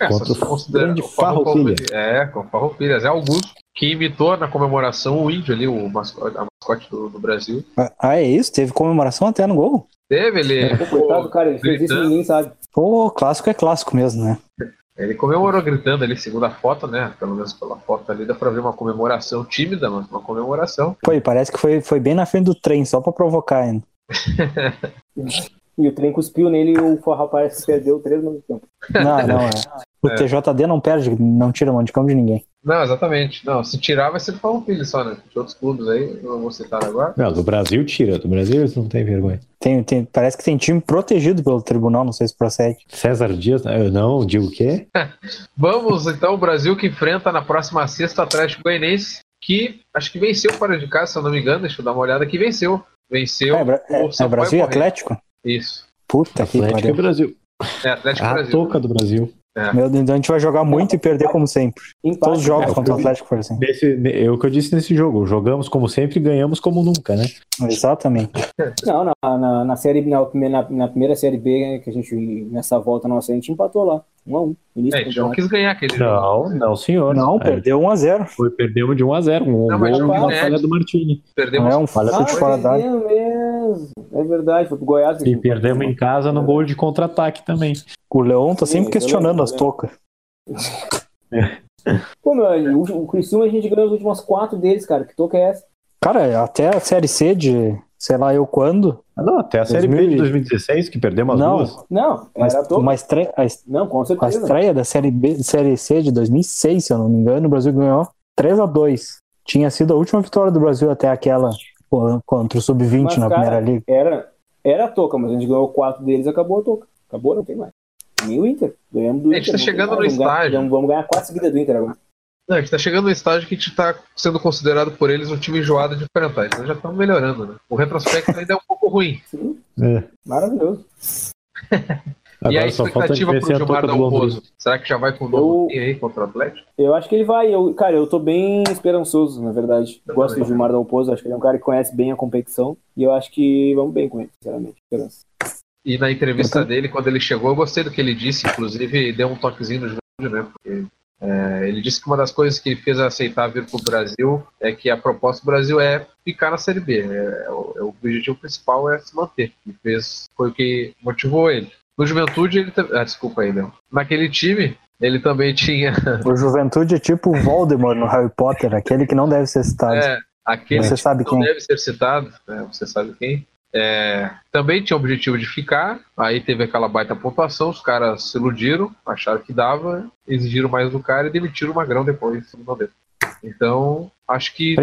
Speaker 1: É,
Speaker 2: Contra
Speaker 1: se
Speaker 2: o
Speaker 1: considerando
Speaker 2: grande
Speaker 1: o Farroupilha.
Speaker 2: Farroupilha.
Speaker 1: É, com o Farroupilha. Zé Augusto, que imitou na comemoração o índio ali, o mascote, a mascote do, do Brasil.
Speaker 4: Ah, Ah, é isso? Teve comemoração até no gol.
Speaker 1: Teve, ele,
Speaker 3: É, Pô, coitado, cara, ele fez isso e
Speaker 1: gritando.
Speaker 3: ninguém sabe.
Speaker 4: Pô, clássico é clássico mesmo, né?
Speaker 1: ele comemorou gritando ali, segundo a foto, né? Pelo menos pela foto ali, dá pra ver uma comemoração tímida, mas uma comemoração.
Speaker 4: Pô, e parece que foi, foi bem na frente do trem, só pra provocar ainda.
Speaker 3: E o trem cuspiu nele e o rapaz perdeu três minutos de campo.
Speaker 4: Não, não, é. O
Speaker 1: É.
Speaker 4: TJD não perde, não tira mão de campo de ninguém.
Speaker 1: Não, exatamente. Não, se tirar vai ser do Farroupilha só, né? De outros clubes aí, eu não vou citar agora.
Speaker 2: Não, do Brasil tira, do Brasil eles não têm vergonha.
Speaker 4: Tem, tem, parece que tem time protegido pelo tribunal, não sei se procede.
Speaker 2: César Dias, eu não digo o quê?
Speaker 1: Vamos então o Brasil que enfrenta na próxima sexta o Atlético Goianiense, que acho que venceu fora de casa, se eu não me engano, deixa eu dar uma olhada aqui, venceu. Venceu.
Speaker 4: é, Bra- é-
Speaker 1: o
Speaker 4: é
Speaker 1: Sampaio
Speaker 4: Brasil e
Speaker 1: Correia.
Speaker 4: Atlético?
Speaker 1: Isso.
Speaker 4: Puta que
Speaker 2: Atlético e
Speaker 4: pariu.
Speaker 2: Brasil.
Speaker 1: É Atlético
Speaker 2: A
Speaker 1: Brasil.
Speaker 2: touca do Brasil.
Speaker 4: Meu Deus, então a gente vai jogar muito e perder como sempre.
Speaker 3: Empate, É,
Speaker 4: Todos os jogos
Speaker 3: cara.
Speaker 4: contra o Atlético foram assim.
Speaker 2: Nesse, ne- é o que eu disse nesse jogo. Jogamos como sempre e ganhamos como nunca, né?
Speaker 4: Exatamente.
Speaker 3: Não, na, na, na série na, na, na primeira série B que a gente nessa volta nossa a gente empatou lá, um a um. Início
Speaker 1: É, a
Speaker 3: do
Speaker 1: gente não
Speaker 3: campeonato.
Speaker 1: quis ganhar aquele jogo.
Speaker 2: Não, não, senhor.
Speaker 4: Não,
Speaker 2: Ah,
Speaker 4: perdeu 1x0.
Speaker 2: Foi, perdemos de 1 a 0 Um
Speaker 1: Não,
Speaker 2: gol
Speaker 1: mas
Speaker 2: e uma
Speaker 1: é.
Speaker 2: falha do Martini.
Speaker 1: Perdemos.
Speaker 4: Não é um
Speaker 2: Olha,
Speaker 4: chute
Speaker 3: ah,
Speaker 4: fora da área.
Speaker 3: perdeu mesmo. É verdade, foi pro Goiás. assim.
Speaker 2: E perdemos em casa no gol de contra-ataque também.
Speaker 4: O Leon tá sempre
Speaker 3: Sim,
Speaker 4: questionando
Speaker 3: eu lembro,
Speaker 4: as
Speaker 3: né?
Speaker 4: toucas.
Speaker 3: Pô, meu, o, o Criciúma a gente ganhou as últimas quatro deles, cara. Que toca é essa?
Speaker 4: Cara, até a Série C de sei lá eu quando.
Speaker 2: Ah, não, até a Série B
Speaker 4: 2000
Speaker 2: de
Speaker 4: e-
Speaker 2: 2016, que perdemos as
Speaker 4: Não,
Speaker 2: duas.
Speaker 3: Não,
Speaker 4: Mas,
Speaker 3: era toca.
Speaker 4: uma estreia, a, est-
Speaker 3: Não, com
Speaker 4: a
Speaker 3: certeza.
Speaker 4: estreia da série, B, série C de 2006, se eu não me engano, o Brasil ganhou 3 a 2 Tinha sido a última vitória do Brasil até aquela co- contra o Sub-20
Speaker 3: Mas,
Speaker 4: na
Speaker 3: cara,
Speaker 4: Primeira
Speaker 1: [LAUGHS]
Speaker 4: Liga.
Speaker 3: Era, era a toca, mas a gente ganhou quatro deles, acabou a toca. Acabou, não tem mais. Nem o Inter. Ganhamos do
Speaker 1: A gente tá
Speaker 3: Inter. não tem
Speaker 1: chegando
Speaker 3: mais,
Speaker 1: no
Speaker 3: vamos ganhar-
Speaker 1: estágio.
Speaker 3: vamos- vamos ganhar quatro seguidas do Inter agora.
Speaker 1: Não, a gente tá chegando no estágio que a gente tá sendo considerado por eles um time enjoado de enfrentar. Então já estamos melhorando, né? O retrospecto ainda é um pouco ruim.
Speaker 3: Sim,
Speaker 2: É.
Speaker 3: maravilhoso.
Speaker 1: e a
Speaker 2: Agora só falta
Speaker 1: expectativa pro
Speaker 2: vencer a
Speaker 1: Gilmar
Speaker 2: touca do Londrina.
Speaker 1: Dalpozo? Será que já vai com o
Speaker 3: Eu-
Speaker 1: novo time aí contra o Atlético?
Speaker 3: Eu acho que ele vai. Eu, cara, eu tô bem esperançoso, na verdade.
Speaker 1: Eu
Speaker 3: Gosto
Speaker 1: também.
Speaker 3: do Gilmar Dalpozo, acho que ele é um cara que conhece bem a competição. E eu acho que vamos bem com ele, sinceramente. Esperança.
Speaker 1: E na entrevista dele, quando ele chegou, eu gostei do que ele disse, inclusive deu um toquezinho no jogo, né? Porque é, ele disse que uma das coisas que ele fez aceitar vir pro Brasil é que a proposta do Brasil é ficar na Série B. É, é o, é o objetivo principal é se manter. E fez, foi o que motivou ele. No Juventude, ele. ta- Ah, desculpa aí, Léo. Naquele time, ele também [LAUGHS] tinha.
Speaker 4: O Juventude é tipo o Voldemort no Harry Potter, aquele que não deve ser citado.
Speaker 1: É, aquele
Speaker 4: Você
Speaker 1: time
Speaker 4: sabe
Speaker 1: que
Speaker 4: quem.
Speaker 1: não deve ser citado, né, você sabe quem. é, também tinha o objetivo de ficar, aí teve aquela baita pontuação, os caras se iludiram, acharam que dava, exigiram mais do cara e demitiram o Magrão depois. não deu. Então, acho que. ele tá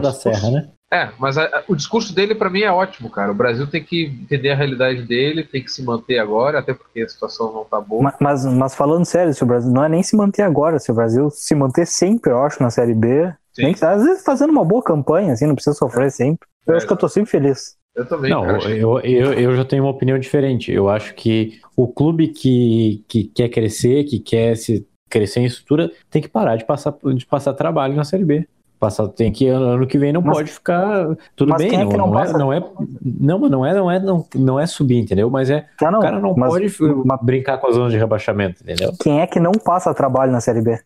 Speaker 1: com
Speaker 2: da
Speaker 1: discurso-
Speaker 2: Serra, né?
Speaker 1: É, mas a- a- o discurso dele pra mim é ótimo, cara. O Brasil tem que entender a realidade dele, tem que se manter agora, até porque a situação não tá boa.
Speaker 4: Ma- Mas, mas falando sério, se o Brasil não é nem se manter agora, se o Brasil se manter sempre, eu acho, na Série B,
Speaker 1: Sim.
Speaker 4: nem que- às vezes fazendo uma boa campanha, assim, não precisa sofrer sempre. Eu
Speaker 1: É,
Speaker 4: acho que eu tô sempre feliz.
Speaker 1: Eu também,
Speaker 2: Não, é-
Speaker 1: cara. acho que-
Speaker 2: eu, eu, eu já tenho uma opinião diferente. Eu acho que o clube que, que quer crescer, que quer se crescer em estrutura, tem que parar de passar, de passar trabalho na Série B.
Speaker 10: Passar, tem que ano, ano que vem não
Speaker 4: Mas-
Speaker 10: pode ficar tudo
Speaker 4: mas
Speaker 10: bem,
Speaker 4: quem é
Speaker 10: não,
Speaker 4: que não
Speaker 10: não, é,
Speaker 4: passa?
Speaker 10: não é, não, mas não é, não é, não, não é subir, entendeu? Mas é,
Speaker 4: Tá, não.
Speaker 10: o cara não
Speaker 4: mas
Speaker 10: pode f- brincar com as zonas de rebaixamento, entendeu?
Speaker 4: Quem é que não passa trabalho na Série B?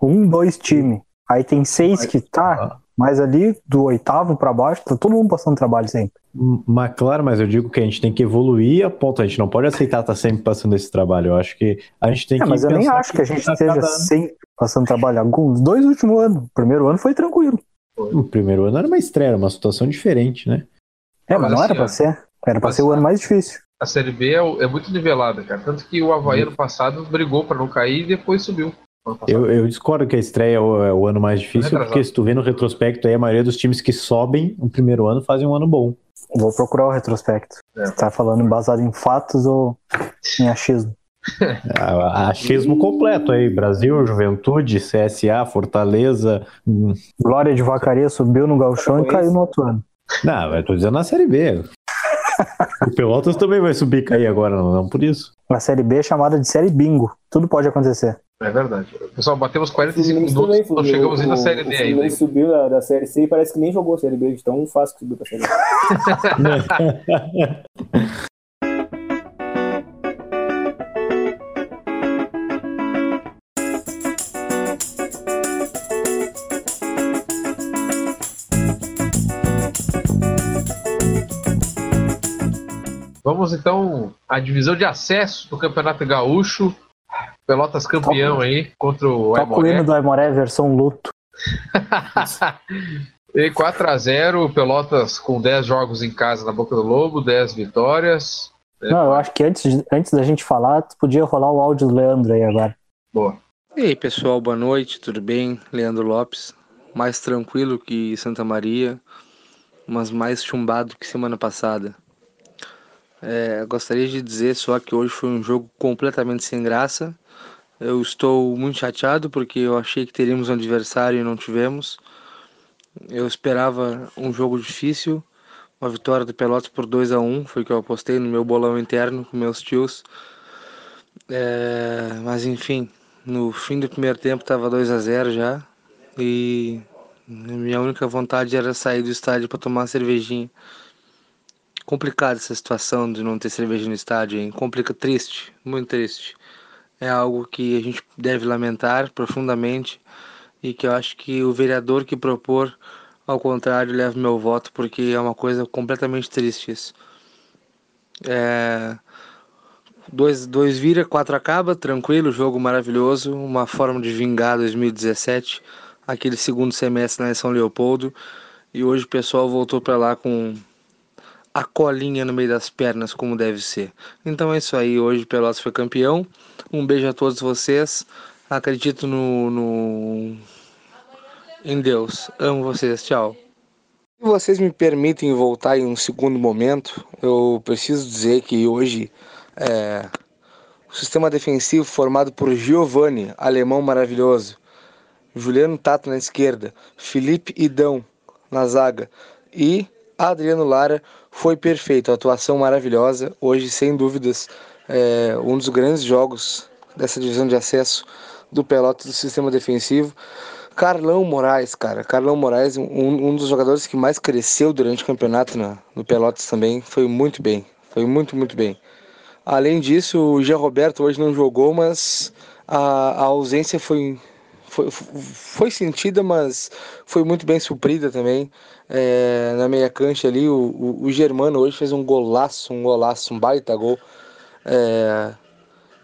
Speaker 4: Um, dois times. Aí tem seis que tá, mas ali do oitavo pra baixo, tá todo mundo passando trabalho sempre.
Speaker 10: M- Mas claro, mas eu digo que a gente tem que evoluir a ponto, a gente não pode aceitar estar sempre passando esse trabalho. Eu acho que a gente tem
Speaker 4: É,
Speaker 10: que
Speaker 4: mas eu nem
Speaker 10: pensar
Speaker 4: acho que a gente
Speaker 10: a
Speaker 4: esteja
Speaker 10: cada ano-
Speaker 4: sempre passando trabalho. Alguns dois últimos anos. O primeiro ano foi tranquilo.
Speaker 10: O primeiro ano era uma estreia, era uma situação diferente, né?
Speaker 4: É,
Speaker 1: Mas
Speaker 4: mas não
Speaker 1: assim,
Speaker 4: era
Speaker 1: ó,
Speaker 4: pra ser. Era pra
Speaker 1: mas-
Speaker 4: ser
Speaker 10: tá.
Speaker 4: o ano mais difícil.
Speaker 1: A Série B é, o- é muito nivelada, cara. Tanto que o Havaí ano passado brigou pra não cair e depois subiu. Ano passado.
Speaker 10: Eu, eu discordo que a estreia é o, é o ano mais difícil,
Speaker 1: Retrasado.
Speaker 10: porque se tu vê no retrospecto aí, a maioria dos times que sobem no primeiro ano fazem um ano bom.
Speaker 4: Vou procurar o retrospecto.
Speaker 1: É.
Speaker 4: Você tá falando baseado em fatos ou em achismo?
Speaker 10: A- Achismo completo aí, Brasil, Juventude, CSA, Fortaleza. hum.
Speaker 4: Glória de Vacaria subiu no gauchão e caiu no outro ano.
Speaker 10: Não, eu tô dizendo na Série B. [LAUGHS] O Pelotas também vai subir e cair agora, não, não por isso.
Speaker 4: A Série B é chamada de Série Bingo. Tudo pode acontecer.
Speaker 1: É verdade. Pessoal, batemos
Speaker 3: O
Speaker 1: 45
Speaker 3: Fluminense
Speaker 1: minutos,
Speaker 3: também,
Speaker 1: não
Speaker 3: Fluminense.
Speaker 1: chegamos ainda
Speaker 3: O-
Speaker 1: na Série
Speaker 3: o
Speaker 1: D
Speaker 3: Fluminense
Speaker 1: ainda.
Speaker 3: subiu da, da Série C e parece que nem jogou a Série B, de tão fácil que subiu pra Série B.
Speaker 1: Vamos então à divisão de acesso do Campeonato Gaúcho. Pelotas campeão aí contra o
Speaker 4: Toca o hino
Speaker 1: Aimoré.
Speaker 4: do Aimoré versão luto.
Speaker 1: [LAUGHS] E 4x0, Pelotas com 10 jogos em casa na Boca do Lobo, 10 vitórias.
Speaker 4: Não, eu acho que antes, de- antes da gente falar, tu podia rolar o áudio do Leandro aí agora.
Speaker 1: Boa.
Speaker 11: E aí, pessoal, boa noite, tudo bem? Leandro Lopes, mais tranquilo que Santa Maria, mas mais chumbado que semana passada. É, gostaria de dizer só que hoje foi um jogo completamente sem graça. Eu estou muito chateado porque eu achei que teríamos um adversário e não tivemos. Eu esperava um jogo difícil, uma vitória do Pelotas por 2 a 1 foi o que eu apostei no meu bolão interno com meus tios. É, mas enfim, no fim do primeiro tempo estava 2 a 0 já e minha única vontade era sair do estádio para tomar uma cervejinha. Complicada essa situação de não ter cerveja no estádio, hein? Complica, triste, muito triste. É algo que a gente deve lamentar profundamente e que eu acho que o vereador que propor, ao contrário, leva meu voto porque é uma coisa completamente triste isso. É... Dois, dois vira, quatro acaba, tranquilo, jogo maravilhoso, uma forma de vingar 2017, aquele segundo semestre na São Leopoldo. E hoje o pessoal voltou para lá com a colinha no meio das pernas, como deve ser. Então é isso aí, hoje o Pelotas foi campeão. Um beijo a todos vocês. Acredito no, no... em Deus. Amo vocês, tchau. Se vocês me permitem voltar em um segundo momento, eu preciso dizer que hoje é, o sistema defensivo formado por Giovanni, alemão maravilhoso, Juliano Tato na esquerda, Felipe Idão na zaga e Adriano Lara foi perfeito, atuação maravilhosa. Hoje, sem dúvidas, é, um dos grandes jogos dessa divisão de acesso do Pelotas do sistema defensivo. Carlão Moraes, cara. Carlão Moraes, um, um dos jogadores que mais cresceu durante o campeonato na- no Pelotas também. Foi muito bem. Foi muito, muito bem. Além disso, o Jean Roberto hoje não jogou, mas a, a ausência foi, foi, foi sentida, mas foi muito bem suprida também. É, na meia cancha ali, o, o, o Germano hoje fez um golaço, um golaço, um baita gol. É,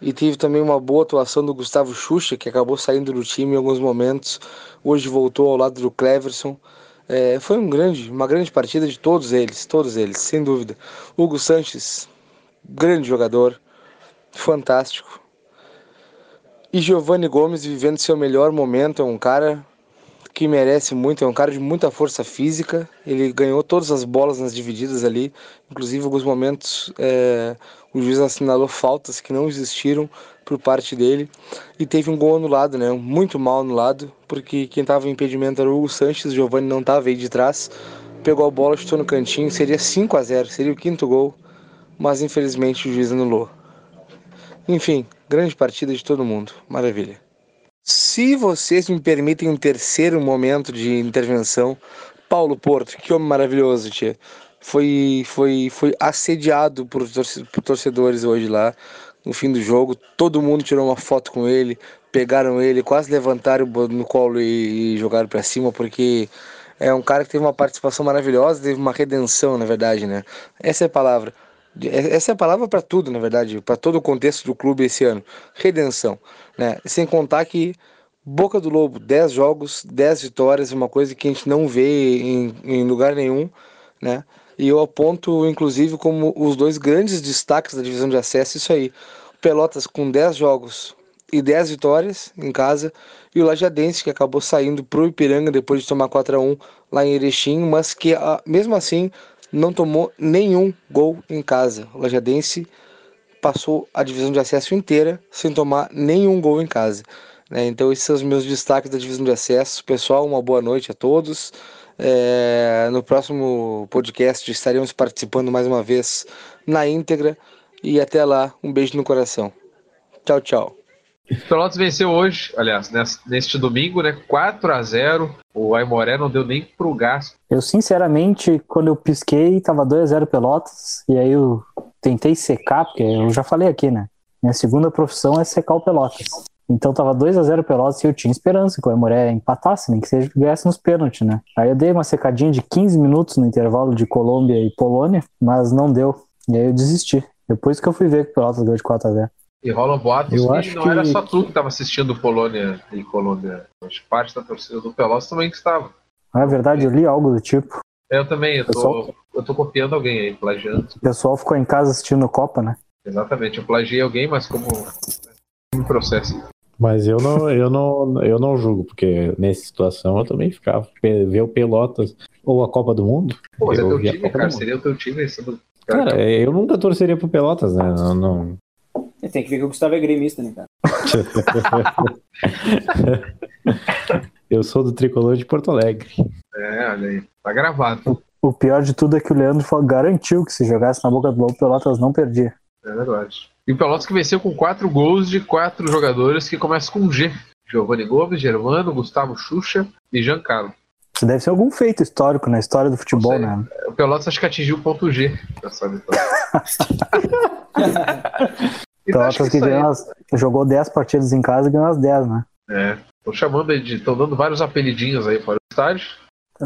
Speaker 11: e teve também uma boa atuação do Gustavo Xuxa, que acabou saindo do time em alguns momentos. Hoje voltou ao lado do Cleverson. É, foi um grande, uma grande partida de todos eles, todos eles, sem dúvida. Hugo Sanches, grande jogador, fantástico. E Giovanni Gomes vivendo seu melhor momento, é um cara que merece muito, é um cara de muita força física. Ele ganhou todas as bolas nas divididas ali, inclusive em alguns momentos é, o juiz assinalou faltas que não existiram por parte dele e teve um gol anulado, né? Muito mal anulado, porque quem estava em impedimento era o Hugo Sanches, o Giovanni não estava aí de trás. Pegou a bola, chutou no cantinho, seria 5 a 0 seria o quinto gol mas infelizmente o juiz anulou. Enfim, grande partida de todo mundo. Maravilha. Se vocês me permitem um terceiro momento de intervenção, Paulo Porto, que homem maravilhoso, tia. Foi, foi, foi assediado por, torce- por torcedores hoje lá, no fim do jogo. Todo mundo tirou uma foto com ele, pegaram ele, quase levantaram no colo e, e jogaram para cima, porque é um cara que teve uma participação maravilhosa, teve uma redenção, na verdade, né? Essa é a palavra. De- é- Essa é a palavra para tudo, na verdade, para todo o contexto do clube esse ano. Redenção, né? Sem contar que Boca do Lobo, 10 jogos, 10 vitórias, uma coisa que a gente não vê em, em lugar nenhum, né? E eu aponto, inclusive, como os dois grandes destaques da divisão de acesso, isso aí. Pelotas com 10 jogos e 10 vitórias em casa, e o Lajadense, que acabou saindo pro Ipiranga depois de tomar 4 a 1 lá em Erechim, mas que, ah, mesmo assim, não tomou nenhum gol em casa. O Lajadense passou a divisão de acesso inteira sem tomar nenhum gol em casa. né? Então esses são os meus destaques da divisão de acesso. Pessoal, uma boa noite a todos. É, no próximo podcast estaremos participando mais uma vez na íntegra. E até lá, um beijo no coração. Tchau, tchau.
Speaker 1: Pelotas venceu hoje, aliás, nes- neste domingo, né? 4 a 0 O Aimoré não deu nem pro gasto.
Speaker 4: Eu, sinceramente, quando eu pisquei, tava 2x0 Pelotas, e aí eu tentei secar, porque eu já falei aqui, né? Minha segunda profissão é secar o Pelotas. Então tava 2x0 Pelotas e eu tinha esperança que o Aimoré empatasse, nem que seja que ganhasse nos pênaltis, né? Aí eu dei uma secadinha de 15 minutos no intervalo de Colômbia e Polônia, mas não deu. E aí eu desisti. Depois que eu fui ver que o Pelotas ganhou de 4x0.
Speaker 1: E rolam boatos
Speaker 4: Eu
Speaker 1: que
Speaker 4: acho
Speaker 1: não
Speaker 4: que-
Speaker 1: era só tu que estava assistindo Polônia e Colômbia. Acho que parte da torcida do Pelotas também que estava.
Speaker 4: Na verdade, eu li algo do tipo.
Speaker 1: Eu também, eu tô,
Speaker 4: Pessoal?
Speaker 1: eu tô copiando alguém aí, plagiando.
Speaker 4: O pessoal ficou em casa assistindo Copa, né?
Speaker 1: Exatamente, eu plagiei alguém, mas como me processo.
Speaker 2: Mas eu não, eu não, eu não julgo, porque nessa situação eu também ficava. Pe- Ver o Pelotas ou a Copa do Mundo.
Speaker 1: Pô, mas é
Speaker 2: eu
Speaker 1: teu
Speaker 2: via a
Speaker 1: time,
Speaker 2: Copa do
Speaker 1: cara.
Speaker 2: Mundo.
Speaker 1: Seria o teu time sendo.
Speaker 2: Cara, eu nunca torceria pro Pelotas, né? Não, não-
Speaker 3: [LAUGHS] Tem que ver que o Gustavo é gremista, né, cara?
Speaker 2: [LAUGHS] eu sou do tricolor de Porto Alegre.
Speaker 1: É, olha aí. Tá gravado,
Speaker 4: O pior de tudo é que o Leandro falou- garantiu que se jogasse na boca do Lobo, o Pelotas não perdia.
Speaker 1: é verdade. E o Pelotas que venceu com quatro gols de quatro jogadores que começam com G. Giovanni Gomes, Germano, Gustavo Xuxa e Giancarlo.
Speaker 4: Isso deve ser algum feito histórico na história do futebol, né?
Speaker 1: O Pelotas acho que atingiu o ponto G nessa
Speaker 2: [LAUGHS]
Speaker 1: vitória. Então, acho
Speaker 4: Pelotas
Speaker 1: que
Speaker 4: que
Speaker 1: isso aí-
Speaker 4: ganhou umas- jogou 10 partidas em casa e ganhou as 10, né?
Speaker 1: É. Estão chamando aí de. Estão dando vários apelidinhos aí para o estádio.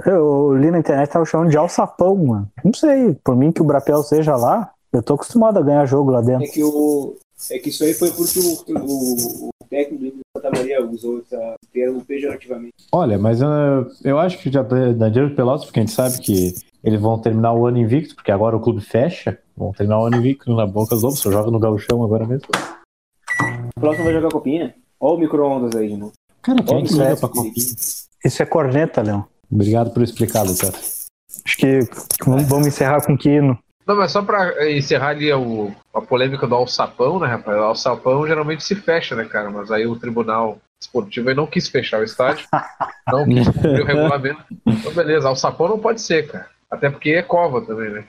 Speaker 4: Eu li na internet tava chamando de alçapão, mano. Não sei, por mim que o Brapel seja lá, eu tô acostumado a ganhar jogo lá
Speaker 3: É
Speaker 4: dentro.
Speaker 3: que, o, é que isso aí foi porque o, o, o técnico do Santa Maria usou essa- esse termo pejorativamente.
Speaker 2: Olha, mas eu, eu acho que já tá dá dá dinheiro pro Pelotas, porque a gente sabe que eles vão terminar o ano invicto, porque agora o clube fecha. Vão terminar o ano invicto na Boca dos Lobos, só joga no Gauchão agora mesmo.
Speaker 3: O próximo vai jogar copinha? Olha o micro-ondas aí, [LAUGHS] irmão.
Speaker 2: Cara, quem
Speaker 3: Olha
Speaker 2: que
Speaker 3: o
Speaker 2: liga
Speaker 3: Zé,
Speaker 2: pra Copinha?
Speaker 4: Isso é corneta, Leon.
Speaker 2: Obrigado por explicar, Lucas.
Speaker 4: Acho que vamos- vamos encerrar com que hino.
Speaker 1: Não, mas só pra encerrar ali o- a polêmica do alçapão, né, rapaz? O alçapão geralmente se fecha, né, cara? Mas aí o tribunal esportivo aí não quis fechar o estádio,
Speaker 4: [LAUGHS]
Speaker 1: não quis cumprir o regulamento. Então, beleza, alçapão não pode ser, cara. Até porque é cova também,
Speaker 4: [LAUGHS]
Speaker 1: né?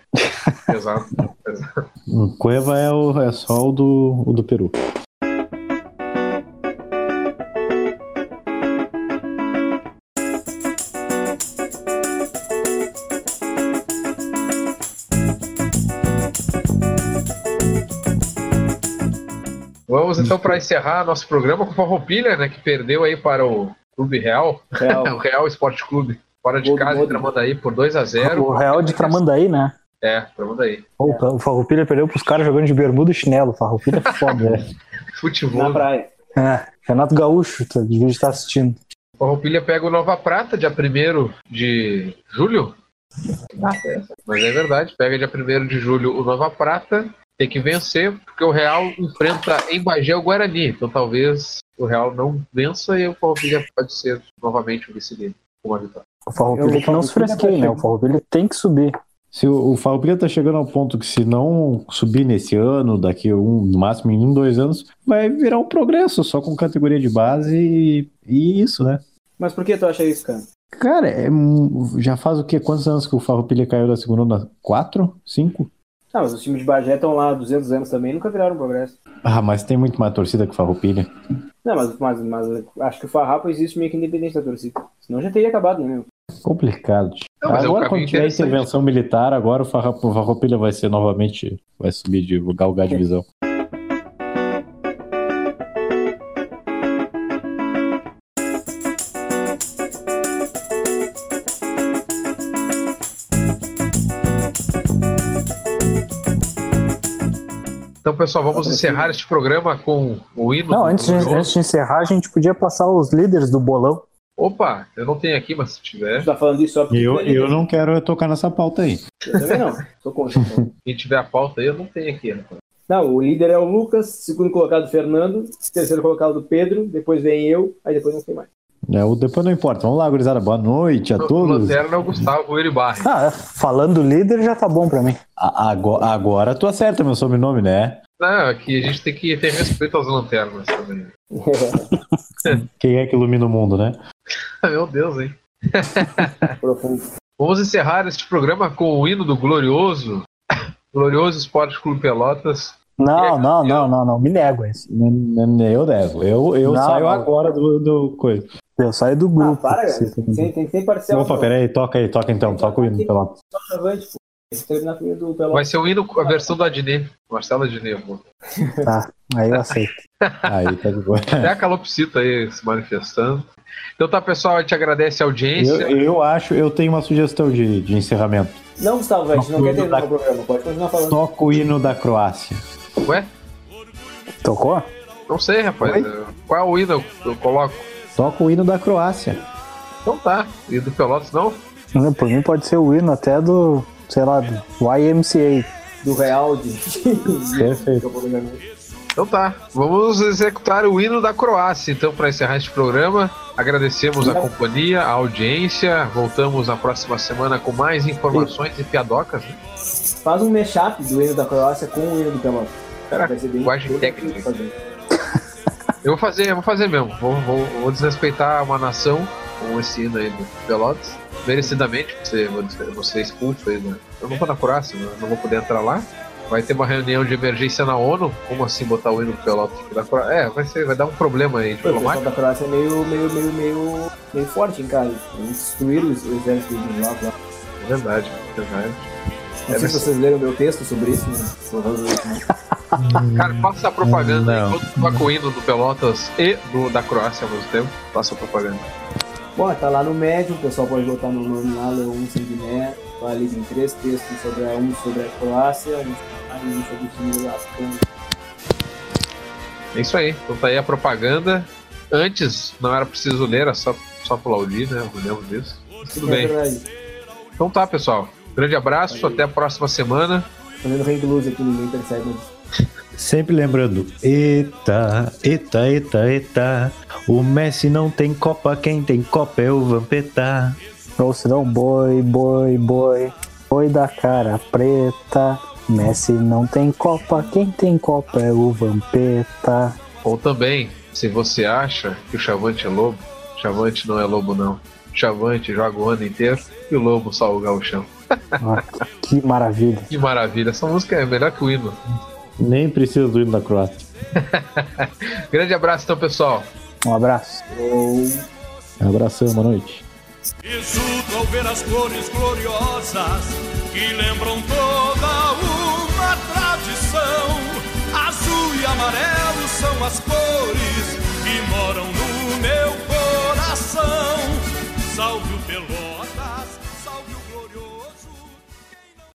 Speaker 1: Pesado. pesado.
Speaker 2: O Cueva é, o, é só o do, o do Peru.
Speaker 1: Vamos então pra encerrar nosso programa com a Farroupilha, né, que perdeu aí para o Clube Real,
Speaker 3: É,
Speaker 1: o Real Esporte Clube, fora de casa, em Tramandaí por 2 a 0
Speaker 4: O Real de Tramandaí, né?
Speaker 1: É, Tramandaí.
Speaker 4: Pô, O Farroupilha perdeu pros caras jogando de bermuda e chinelo. O Farroupilha é foda. né?
Speaker 1: Futebol.
Speaker 3: Na praia.
Speaker 4: é, Renato Gaúcho, tá, tu devia estar assistindo.
Speaker 1: Farroupilha pega o Nova Prata dia 1 de julho. Mas é verdade, pega dia 1 de julho o Nova Prata, tem que vencer, porque o Real enfrenta em Bagé o Guarani. Então talvez o Real não vença e o Farroupilha pode ser novamente o vice-líder com uma vitória.
Speaker 4: O Farroupilha que não se fresqueia, né? O Farroupilha tem que subir.
Speaker 2: Se o, o Farroupilha tá chegando ao ponto que se não subir nesse ano, daqui um, no máximo em um, dois anos, vai virar um progresso, só com categoria de base e, e isso, né?
Speaker 3: Mas por que tu acha isso, cara?
Speaker 2: Cara, é um- já faz o quê? Quantos anos que o Farroupilha caiu da segunda onda? Quatro? Cinco?
Speaker 3: Ah, mas os times de Bagé estão lá há 200 anos também nunca viraram progresso.
Speaker 2: Ah, mas tem muito mais torcida que o Farroupilha.
Speaker 3: Não, mas, mas, mas acho que o farrapo existe meio que independente da torcida. Senão já teria acabado, né? Meu?
Speaker 2: Complicado.
Speaker 3: Não, mas é um
Speaker 2: agora, quando
Speaker 3: caminho
Speaker 2: tiver
Speaker 3: interessante.
Speaker 2: intervenção militar, agora o Farrapo- Farroupilha vai ser novamente, vai subir de galgar de divisão.
Speaker 1: Então, pessoal, vamos encerrar este programa com o hino.
Speaker 4: Não,
Speaker 1: do-
Speaker 4: antes de,
Speaker 1: do-
Speaker 4: antes de encerrar, a gente podia passar os líderes do bolão.
Speaker 1: Opa, eu não tenho aqui, mas se tiver.
Speaker 3: Tá falando isso só
Speaker 2: E eu, eu não quero tocar nessa pauta aí.
Speaker 3: Eu também não. Sou contra. então.
Speaker 1: Quem tiver a pauta aí, eu não tenho aqui, né? rapaz.
Speaker 3: Não, o líder é o Lucas, segundo colocado o Fernando, terceiro colocado o Pedro, depois vem eu, aí depois não tem mais. [LAUGHS]
Speaker 2: É, o depois não importa. Vamos lá, gurizada. Boa noite a todos.
Speaker 1: Lanterna é o Gustavo Uribarri.
Speaker 4: Ah, falando líder já tá bom pra mim.
Speaker 2: A- Agora, agora tu acerta meu sobrenome, né?
Speaker 1: Não, aqui a gente tem que ter respeito às lanternas também. [LAUGHS]
Speaker 2: Quem é que ilumina o mundo, né?
Speaker 1: Meu Deus, hein? Vamos encerrar este programa com o hino do glorioso, [COUGHS] glorioso Esporte Clube Pelotas.
Speaker 4: Não, não, não, não, não. Me nego a isso.
Speaker 2: N- n- Eu devo. Eu, eu
Speaker 4: Não,
Speaker 2: saio
Speaker 4: não.
Speaker 2: agora do, do coisa.
Speaker 4: Eu saio do grupo.
Speaker 3: Ah,
Speaker 4: assim,
Speaker 3: Para, cara. Tem, tem que ser parcial.
Speaker 2: tá Opa, peraí, toca aí, toca então, toca o hino, pelo
Speaker 3: Só avante, pô. Tem que terminar primeiro do Pelota.
Speaker 1: Vai ser o hino, a versão do Adnet, Marcelo Adnet. pô.
Speaker 4: Tá, aí eu aceito.
Speaker 2: Aí tá de boa.
Speaker 1: Até a calopsita aí se manifestando. Então tá, pessoal, a gente agradece a
Speaker 2: Eu,
Speaker 1: audiência.
Speaker 2: eu acho, eu tenho uma sugestão de, de encerramento.
Speaker 3: Não, Gustavo, a gente não
Speaker 2: Não, tá.
Speaker 3: quer
Speaker 2: não
Speaker 3: terminar
Speaker 2: dá.
Speaker 3: o programa. Pode continuar falando.
Speaker 2: Toca o hino da Croácia.
Speaker 1: Ué?
Speaker 4: Tocou?
Speaker 1: Não sei, rapaz. Qual é o hino eu coloco?
Speaker 2: Toca o hino da Croácia.
Speaker 1: Então tá. E do Pelotas não?
Speaker 4: Não, por mim pode ser o hino até do, sei lá, do YMCA.
Speaker 3: Do Real de. [LAUGHS]
Speaker 2: Perfeito.
Speaker 1: Então tá. Vamos executar o hino da Croácia, então, para encerrar este programa. Agradecemos a companhia, a audiência. Voltamos na próxima semana com mais informações e piadocas. Né?
Speaker 3: Faz um mashup do hino da Croácia com o hino do Pelota.
Speaker 1: Cara,
Speaker 3: Vai ser bem.
Speaker 1: linguagem técnica. Eu vou fazer, eu vou fazer mesmo. Vou, vou- vou desrespeitar uma nação com esse hino aí do Pelotas. Merecidamente, você, você é expulso aí, né? Eu não vou na Croácia, né? Eu não vou poder entrar lá. Vai ter uma reunião de emergência na ONU. Como assim botar o hino do Pelotas aqui da Croácia? É, vai, ser, vai dar um problema aí
Speaker 3: Pô, O pessoal
Speaker 1: diplomático.
Speaker 3: da Croácia é meio, meio, meio, meio, meio forte, hein, cara? Eles destruíram os exércitos de lá. lá.
Speaker 1: É Verdade, é verdade.
Speaker 3: Não sei se vocês leram meu texto sobre isso, né? mas provavelmente não.
Speaker 1: Cara, passa a propaganda
Speaker 2: Não.
Speaker 1: enquanto tu tá com o hino do Pelotas e do, da Croácia ao mesmo tempo. Passa a propaganda.
Speaker 3: Bom, tá lá no médium, o pessoal pode botar meu nome lá, Leon Sanguiné, tá ali em três textos sobre a um sobre a Croácia, um sobre o time do Afeganistão.
Speaker 1: É isso aí. Então tá aí a propaganda. Antes não era preciso ler, era só, só aplaudir, né? Eu lembro disso. Mas tudo
Speaker 3: É
Speaker 1: bem.
Speaker 3: verdade.
Speaker 1: Então tá, pessoal. Grande abraço, até a próxima semana.
Speaker 3: Fazendo Rei Blues aqui, ninguém percebe. mas-
Speaker 2: Sempre lembrando, eita, eita, eita, eita. O Messi não tem Copa, quem tem Copa é o Vampeta.
Speaker 4: Ou se não, boi, boi, boi. Boi da cara preta. Messi não tem copa, quem tem copa é o Vampeta.
Speaker 1: Ou também, se você acha que o Chavante é lobo, Chavante não é lobo, não. Chavante joga o ano inteiro e o lobo só o gauchão.
Speaker 4: Ah, que maravilha.
Speaker 1: Que maravilha. Essa música é melhor que o hino.
Speaker 2: Nem precisa do hino da Croácia.
Speaker 1: Grande abraço, então, pessoal.
Speaker 4: Um abraço.
Speaker 2: Abração, boa noite.
Speaker 12: Exulto ao ver as cores gloriosas que lembram toda uma tradição. Azul e amarelo são as cores que moram no meu coração. Salve o Pelotas.